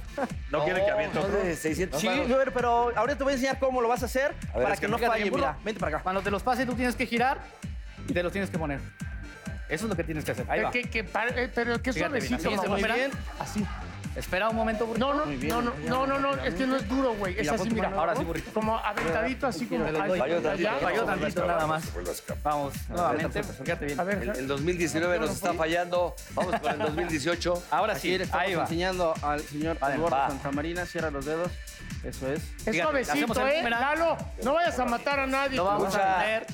Speaker 3: No quiere que aviente
Speaker 1: Son
Speaker 3: otro.
Speaker 1: de 600
Speaker 7: Sí,
Speaker 1: varos.
Speaker 7: Fer, pero ahora te voy a enseñar cómo lo vas a hacer
Speaker 1: ver,
Speaker 7: para
Speaker 1: es
Speaker 7: que
Speaker 1: que
Speaker 7: no
Speaker 8: Fíjate
Speaker 7: falle.
Speaker 8: bien, burro.
Speaker 7: Mira, vente para acá.
Speaker 8: Cuando te los pase, tú tienes que girar y te los tienes que poner. Eso es lo que tienes que hacer. Ahí va.
Speaker 2: Que, que par- eh, pero qué
Speaker 8: Fíjate bien,
Speaker 2: suavecito,
Speaker 8: así,
Speaker 2: mamá.
Speaker 8: muy bien.
Speaker 2: Así.
Speaker 8: Espera un momento, burrito.
Speaker 2: No, no, no, no, no, no, no, es que no es duro, güey. Es
Speaker 8: Mira,
Speaker 2: así,
Speaker 8: pon tu
Speaker 2: mira.
Speaker 8: mano. Ahora sí, burrito.
Speaker 2: Como aventadito, así como.
Speaker 8: Mira, le doy.
Speaker 1: Falló tantito.
Speaker 2: Allá.
Speaker 8: Falló tantito nada más.
Speaker 3: Vuelvas, cabrón.
Speaker 8: Vamos, nuevamente. pues, Fíjate bien.
Speaker 2: A ver,
Speaker 1: El, el 2019 nos está fallando. Vamos con el 2018.
Speaker 8: Ahora
Speaker 7: Así
Speaker 8: sí,
Speaker 7: le estamos
Speaker 8: ahí va.
Speaker 7: enseñando al señor
Speaker 8: Vale,
Speaker 7: Eduardo
Speaker 1: va.
Speaker 7: Santa Marina. Cierra los dedos. Eso es.
Speaker 2: es
Speaker 8: fíjate, hacemos
Speaker 2: suavecito,
Speaker 8: el
Speaker 2: ¿eh?
Speaker 8: boomerang.
Speaker 2: Lalo, no vayas a matar a nadie.
Speaker 8: Lo vamos
Speaker 1: Escucha.
Speaker 8: a poner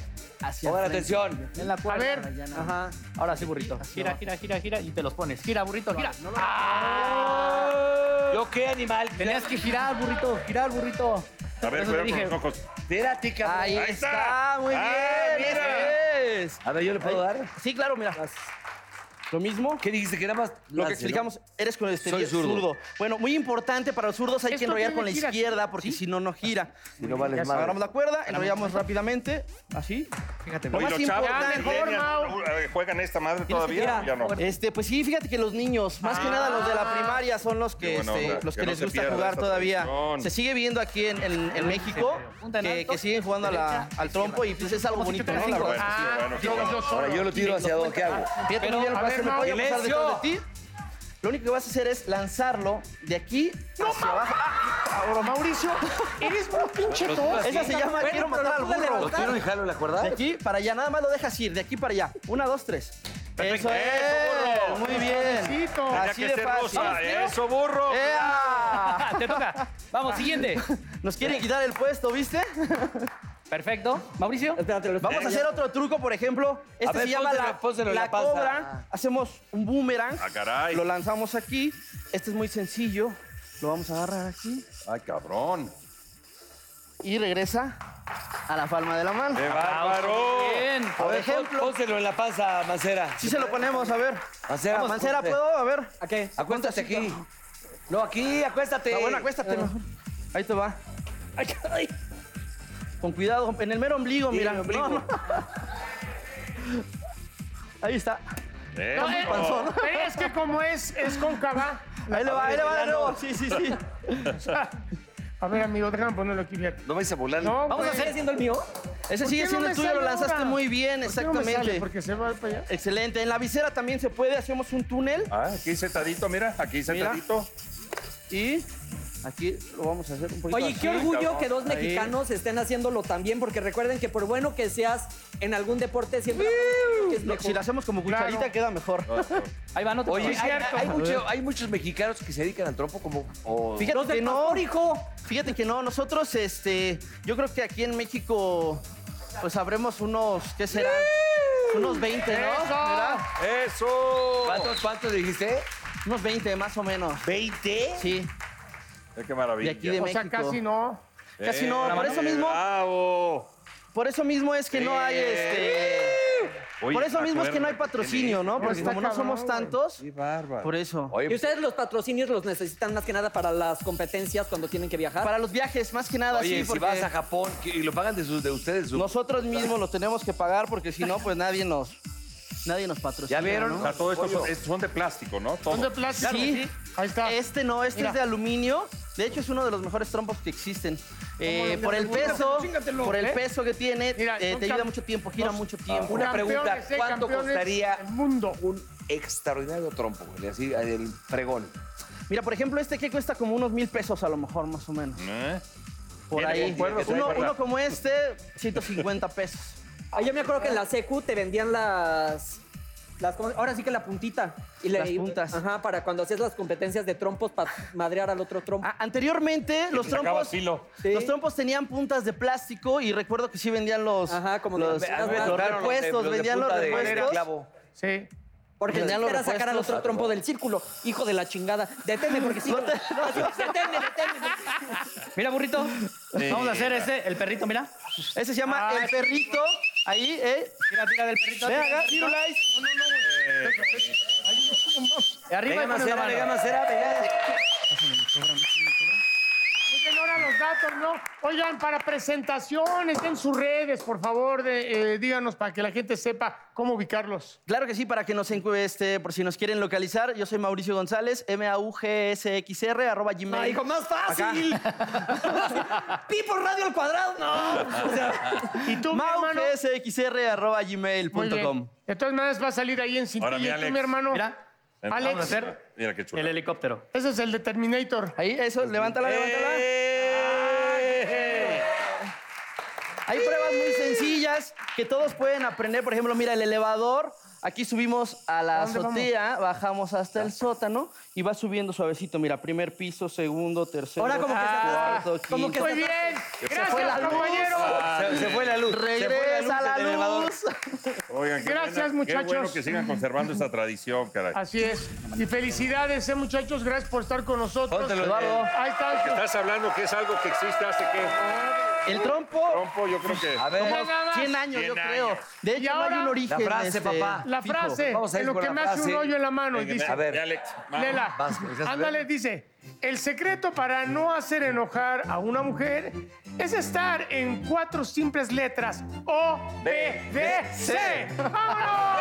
Speaker 8: hacia
Speaker 1: Pongan
Speaker 8: el frente.
Speaker 1: atención.
Speaker 8: En la
Speaker 2: A
Speaker 8: cuerda.
Speaker 2: ver,
Speaker 7: Ajá.
Speaker 8: Ahora sí, burrito. Gira, gira, gira, gira y te los pones. Gira, burrito, gira.
Speaker 1: ¿Yo qué animal?
Speaker 8: Tenías que girar, burrito, girar, burrito.
Speaker 3: A ver,
Speaker 8: Por eso te
Speaker 3: cuidado
Speaker 8: dije,
Speaker 3: con los ojos.
Speaker 1: Espérate, cabrón.
Speaker 7: Ahí,
Speaker 3: Ahí está.
Speaker 7: está. Muy bien.
Speaker 3: Ah, mira.
Speaker 7: eso es.
Speaker 1: A ver, ¿yo le puedo dar?
Speaker 7: Sí, claro, mira. Lo mismo.
Speaker 1: ¿Qué dijiste? Que nada más.
Speaker 7: Lo que
Speaker 1: lance,
Speaker 7: explicamos, eres con el
Speaker 1: Soy
Speaker 7: exterior
Speaker 1: zurdo.
Speaker 7: Bueno, muy importante para los zurdos, hay que
Speaker 2: Esto
Speaker 7: enrollar
Speaker 2: tiene
Speaker 7: con la
Speaker 2: que ir así,
Speaker 7: izquierda porque si no, no gira.
Speaker 1: ¿no? Y no vales madre.
Speaker 7: Agarramos la cuerda, enrollamos rápidamente, así.
Speaker 8: Fíjate,
Speaker 7: Lo
Speaker 3: Oye,
Speaker 7: más
Speaker 3: los chavos
Speaker 7: importante-
Speaker 3: del
Speaker 2: Mejor,
Speaker 3: millennial,
Speaker 2: Mau.
Speaker 3: eh, ¿juegan esta madre
Speaker 7: Tienes que
Speaker 3: todavía?
Speaker 7: girar.
Speaker 3: Ya no. Ah.
Speaker 7: Este, pues sí, fíjate que los niños, más que nada los de la primaria, son los
Speaker 3: Qué
Speaker 7: que,
Speaker 3: buena
Speaker 7: este,
Speaker 3: onda,
Speaker 7: los que,
Speaker 3: que no
Speaker 7: les
Speaker 3: se
Speaker 7: gusta
Speaker 3: pierda
Speaker 7: jugar
Speaker 3: esta
Speaker 7: todavía.
Speaker 3: tradición.
Speaker 7: Se sigue viendo aquí en, en- en México
Speaker 8: Punta en
Speaker 7: que,
Speaker 8: alto,
Speaker 7: que siguen jugando a la-
Speaker 8: derecha,
Speaker 7: al trompo y pues es algo
Speaker 8: Como si
Speaker 7: bonito,
Speaker 8: te
Speaker 7: ¿no? La
Speaker 8: cinco.
Speaker 7: verdad.
Speaker 2: Ah,
Speaker 3: bueno,
Speaker 2: yo,
Speaker 3: bueno.
Speaker 2: yo solo.
Speaker 1: Ahora yo lo tiro hacia dónde. ¿Qué hago?
Speaker 7: Fíjate muy bien lo que
Speaker 2: a
Speaker 7: vas a
Speaker 2: ver,
Speaker 7: hacer, me
Speaker 2: Mau,
Speaker 7: voy a pasar
Speaker 1: silencio.
Speaker 7: detrás de ti. Lo único que vas a hacer es lanzarlo de aquí hacia abajo. Ah, ahora, Mauricio.
Speaker 2: Eres muy pinche todo.
Speaker 7: Esa se llama quiero matar al burro.
Speaker 1: ¿Lo quiero dejarlo en la
Speaker 7: De
Speaker 1: cuerda?
Speaker 7: aquí para allá, nada más lo dejas ir, de aquí para allá. Una, dos, tres.
Speaker 3: Perfecto.
Speaker 7: Eso es.
Speaker 3: Eso, burro.
Speaker 7: Muy bien.
Speaker 2: Suavecito.
Speaker 3: Tenía
Speaker 7: Así
Speaker 3: que
Speaker 7: de
Speaker 3: ser
Speaker 7: fácil.
Speaker 3: rosa.
Speaker 7: ¿Quiero?
Speaker 3: Eso, burro.
Speaker 7: ¡Ea!
Speaker 8: Ah, te toca. Vamos, siguiente.
Speaker 7: Nos quieren quitar el puesto, ¿viste?
Speaker 8: Perfecto. Mauricio.
Speaker 4: Espérate, los
Speaker 7: Vamos a hacer otro truco, por ejemplo. Este
Speaker 1: ver,
Speaker 7: se llama
Speaker 1: pónselo,
Speaker 7: la,
Speaker 1: pónselo en
Speaker 7: la
Speaker 1: la panza.
Speaker 7: cobra. Hacemos un boomerang.
Speaker 3: Ah, caray.
Speaker 7: Lo lanzamos aquí. Este es muy sencillo. Lo vamos a agarrar aquí.
Speaker 3: Ay, cabrón.
Speaker 7: Y regresa a la palma de la mano.
Speaker 3: ¡Qué bárbaro!
Speaker 8: Bien.
Speaker 7: Por ejemplo,
Speaker 1: Pónselo en la panza, Mancera.
Speaker 7: si se lo ponemos, a ver.
Speaker 1: Mancera,
Speaker 7: Mancera,
Speaker 1: ponte.
Speaker 7: ¿puedo? A ver.
Speaker 4: ¿A qué?
Speaker 1: Acuéstate aquí. No, aquí, acuéstate.
Speaker 7: Ah, bueno, acuéstate mejor. Ahí te va. Con cuidado, en el mero ombligo,
Speaker 1: Sí,
Speaker 7: mira.
Speaker 1: en el ombligo.
Speaker 7: No, no. Ahí está.
Speaker 3: Eso.
Speaker 2: No, eh, pero es que como es, es cóncava.
Speaker 7: Ahí le va, ahí le va de nuevo. Sí, sí, sí.
Speaker 2: A ver, amigo, déjame ponerlo aquí, fíjate.
Speaker 1: No me hice burlar.
Speaker 2: No,
Speaker 8: Vamos a
Speaker 2: güey.
Speaker 8: hacer haciendo el mío.
Speaker 7: Ese
Speaker 2: ¿Por qué
Speaker 7: sigue
Speaker 2: no
Speaker 7: siendo
Speaker 2: me
Speaker 7: tuyo, lo
Speaker 2: sale
Speaker 7: lanzaste
Speaker 2: ahora?
Speaker 7: muy bien,
Speaker 2: ¿Por qué no me sale?
Speaker 7: exactamente.
Speaker 2: Porque se va para allá.
Speaker 7: Excelente. En la visera también se puede, hacemos un túnel
Speaker 3: Ah, aquí sentadito, mira, aquí sentadito.
Speaker 7: y Aquí lo vamos a hacer un poquito
Speaker 4: Oye,
Speaker 7: así,
Speaker 4: qué orgullo
Speaker 7: cabrón.
Speaker 4: que dos
Speaker 7: Ahí.
Speaker 4: mexicanos estén haciéndolo también, porque recuerden que por bueno que seas en algún deporte, siempre habrá uno que es
Speaker 7: No, si
Speaker 4: mejor.
Speaker 7: la hacemos como cucharita queda mejor.
Speaker 8: Ahí van otros.
Speaker 1: Oye,
Speaker 8: Oye,
Speaker 1: hay, hay mucho- hay muchos mexicanos que se dedican al trompo como... o-
Speaker 7: Fíjate
Speaker 4: Los del
Speaker 7: que no.
Speaker 4: pastor, hijo.
Speaker 7: Fíjate que no, nosotros, este, yo creo que aquí en México, pues habremos unos, ¿qué será? Unos 20, ¿no? ¿Verdad?
Speaker 3: ¡Eso!
Speaker 1: ¿Cuántos, cuántos dijiste?
Speaker 7: Unos 20 más o menos.
Speaker 3: ¿20?
Speaker 7: Sí,
Speaker 3: Eh, ¡Qué maravilla! Eh,
Speaker 7: de aquí de
Speaker 2: O
Speaker 7: México.
Speaker 2: sea, casi no.
Speaker 7: Casi no,
Speaker 1: Eh,
Speaker 7: por eso mismo,
Speaker 1: ah.
Speaker 3: ¡Bravo!
Speaker 7: por eso mismo es que no hay
Speaker 1: Eh.
Speaker 7: este.
Speaker 3: Oye, ah,
Speaker 7: por eso mismo es que no hay
Speaker 3: acuérdate,
Speaker 7: patrocinio, ¿no? Porque
Speaker 2: está
Speaker 7: como no somos
Speaker 2: cabrón,
Speaker 7: tantos,
Speaker 3: ¡Qué bárbaro!
Speaker 7: por eso.
Speaker 1: Oye,
Speaker 4: Y ustedes los patrocinios los necesitan más que nada para las competencias cuando tienen que viajar.
Speaker 7: Para los viajes, más que nada,
Speaker 1: oye,
Speaker 7: sí,
Speaker 1: si
Speaker 7: porque
Speaker 1: vas a Japón que- y lo pagan de, sus- de ustedes... su-
Speaker 7: nosotros mismos lo tenemos que pagar porque si no, pues nadie nos, nadie nos patrocina.
Speaker 1: ¿Ya vieron?
Speaker 7: ¿no?
Speaker 3: O sea, todo esto son, es- son de plástico, ¿no? Todo.
Speaker 2: ¿Dónde plástico?
Speaker 7: Sí.
Speaker 2: Ahí está.
Speaker 7: Este no, este es de aluminio. De hecho, es uno de los mejores trompos que existen. Eh,
Speaker 2: los
Speaker 7: por
Speaker 2: de
Speaker 7: el
Speaker 2: Aluminio.
Speaker 7: peso,
Speaker 2: Chíngatelo,
Speaker 7: por el
Speaker 2: ¿eh?
Speaker 7: peso que tiene,
Speaker 2: Mira,
Speaker 7: eh,
Speaker 2: son
Speaker 7: te ayuda
Speaker 2: cam-
Speaker 7: mucho tiempo, gira
Speaker 2: dos-
Speaker 7: mucho tiempo.
Speaker 1: Una pregunta,
Speaker 2: Campeones, eh,
Speaker 1: ¿cuánto
Speaker 2: campeones
Speaker 1: costaría
Speaker 2: del mundo?
Speaker 1: un extraordinario trompo? güey? Así, el fregón.
Speaker 2: Ah,
Speaker 7: Mira, por ejemplo, este que cuesta como unos mil pesos a lo mejor, más o menos.
Speaker 3: ¿Eh?
Speaker 7: Por
Speaker 3: Viene
Speaker 7: ahí.
Speaker 3: con cuernos,
Speaker 7: Uno,
Speaker 3: ¿verdad?
Speaker 7: uno como este, 150 pesos.
Speaker 4: Ah, yo me acuerdo que en la secu te vendían las... las ¿cómo se- ahora sí que la puntita. Y le-
Speaker 7: Las puntas.
Speaker 4: Ajá, para cuando hacías las competencias de trompos para madrear al otro trompo.
Speaker 7: A- Ah, anteriormente, los
Speaker 3: te sacabas
Speaker 7: trompos,
Speaker 3: filo.
Speaker 4: Sí.
Speaker 7: los trompos tenían puntas de plástico y recuerdo que sí vendían los,
Speaker 4: Ajá, como de
Speaker 7: los,
Speaker 4: las-
Speaker 7: los
Speaker 4: Claro,
Speaker 7: repuestos, vendían los repuestos.
Speaker 2: Sí.
Speaker 4: Porque
Speaker 7: Vendían
Speaker 4: era
Speaker 7: los
Speaker 4: sacar al
Speaker 7: repuestos.
Speaker 4: otro trompo del círculo. Hijo de la chingada. Detente porque sí. Así, detente, detente.
Speaker 8: Mira, burrito. Vamos a hacer este, el perrito, mira.
Speaker 7: Ese se llama
Speaker 8: Ah,
Speaker 7: El Perrito. Ahí, ¿eh?
Speaker 8: Mira, tira del perrito.
Speaker 7: Ve,
Speaker 8: tira del
Speaker 7: haga,
Speaker 8: perrito.
Speaker 7: Firulais.
Speaker 8: Y Arriba y pones la mano.
Speaker 2: Oigan, ahora los datos, ¿no? Oigan, para presentaciones, en sus redes, por favor, de, eh, díganos para que la gente sepa cómo ubicarlos.
Speaker 7: Claro que sí, para que nos encu- este, por si nos quieren localizar, yo soy Mauricio González, M-A-U-G-S-X-R, arroba
Speaker 4: No,
Speaker 7: Gmail.
Speaker 4: hijo, más fácil. Pi por radio al cuadrado. No. O sea,
Speaker 2: Y tú, mi
Speaker 7: Mau
Speaker 2: hermano.
Speaker 7: GSXR, arroba
Speaker 2: Muy bien.
Speaker 7: gmail.com.
Speaker 2: De todas maneras va a salir ahí en Cintillo.
Speaker 3: Ahora, mi
Speaker 2: Y tú,
Speaker 3: Alex.
Speaker 2: mi hermano.
Speaker 8: Mira.
Speaker 2: Alex.
Speaker 8: Vamos a hacer
Speaker 3: Mira qué chulo.
Speaker 8: el helicóptero.
Speaker 2: Ese es el de Terminator.
Speaker 7: Ahí, eso, levántala, levántala. Hay pruebas muy sencillas que todos pueden aprender. Por ejemplo, mira el elevador. Aquí subimos a la azotea, bajamos hasta el sótano y va subiendo suavecito. Mira, primer piso, segundo, tercero.
Speaker 4: Ahora
Speaker 2: Ah,
Speaker 4: como que se atasca.
Speaker 7: cuarto,
Speaker 4: Como
Speaker 7: quinto.
Speaker 2: Muy bien. Gracias, compañeros.
Speaker 1: Se, se fue la luz. se fue
Speaker 7: Regresa la
Speaker 1: del elevador.
Speaker 7: luz.
Speaker 3: Oigan, qué
Speaker 2: Gracias,
Speaker 3: buena-
Speaker 2: muchachos.
Speaker 3: Qué bueno que sigan conservando esta tradición, caray.
Speaker 2: Así es. Y felicidades, eh, muchachos. Gracias por estar con nosotros. Eh,
Speaker 1: Póntelo, Eduardo.
Speaker 2: Ahí está.
Speaker 3: Estás hablando que es algo que existe hace que.
Speaker 7: El trompo,
Speaker 3: Trompo, yo creo que.
Speaker 1: A ver,
Speaker 2: Como- Nada más.
Speaker 7: 100 años, yo
Speaker 3: 100
Speaker 7: creo.
Speaker 3: años.
Speaker 7: De hecho, no hay
Speaker 2: ahora,
Speaker 7: un
Speaker 2: la
Speaker 7: origen.
Speaker 1: frase, papá.
Speaker 2: La
Speaker 7: fijo.
Speaker 2: frase,
Speaker 1: Vamos a ir
Speaker 2: en lo
Speaker 1: con
Speaker 2: que
Speaker 1: la
Speaker 2: me hace un
Speaker 1: frase.
Speaker 2: hoy en la mano. Y dice,
Speaker 1: a ver.
Speaker 3: Alex. vamos.
Speaker 2: Lela,
Speaker 1: Vas, vas,
Speaker 2: ándale,
Speaker 1: vas.
Speaker 2: dice, el secreto para no hacer enojar a una mujer es estar en cuatro simples letras. O, B, D, C. ¡Vámonos!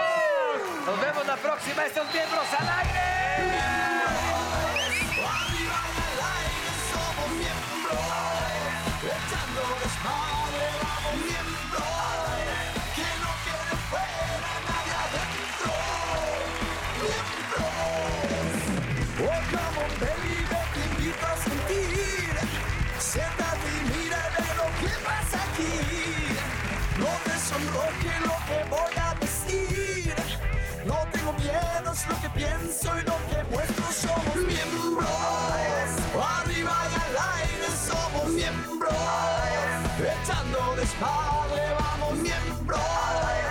Speaker 1: nos vemos la próxima. Estos miembros al aire.
Speaker 9: Oh, come on, baby, yo te invito a sentir. Siéntate y mira de lo que pasa aquí. No te sonroje lo que voy a decir. No tengo miedo, es lo que pienso y lo que muestro. Somos miembros. Arriba y al aire somos miembros. Echando desmadre, vamos miembros.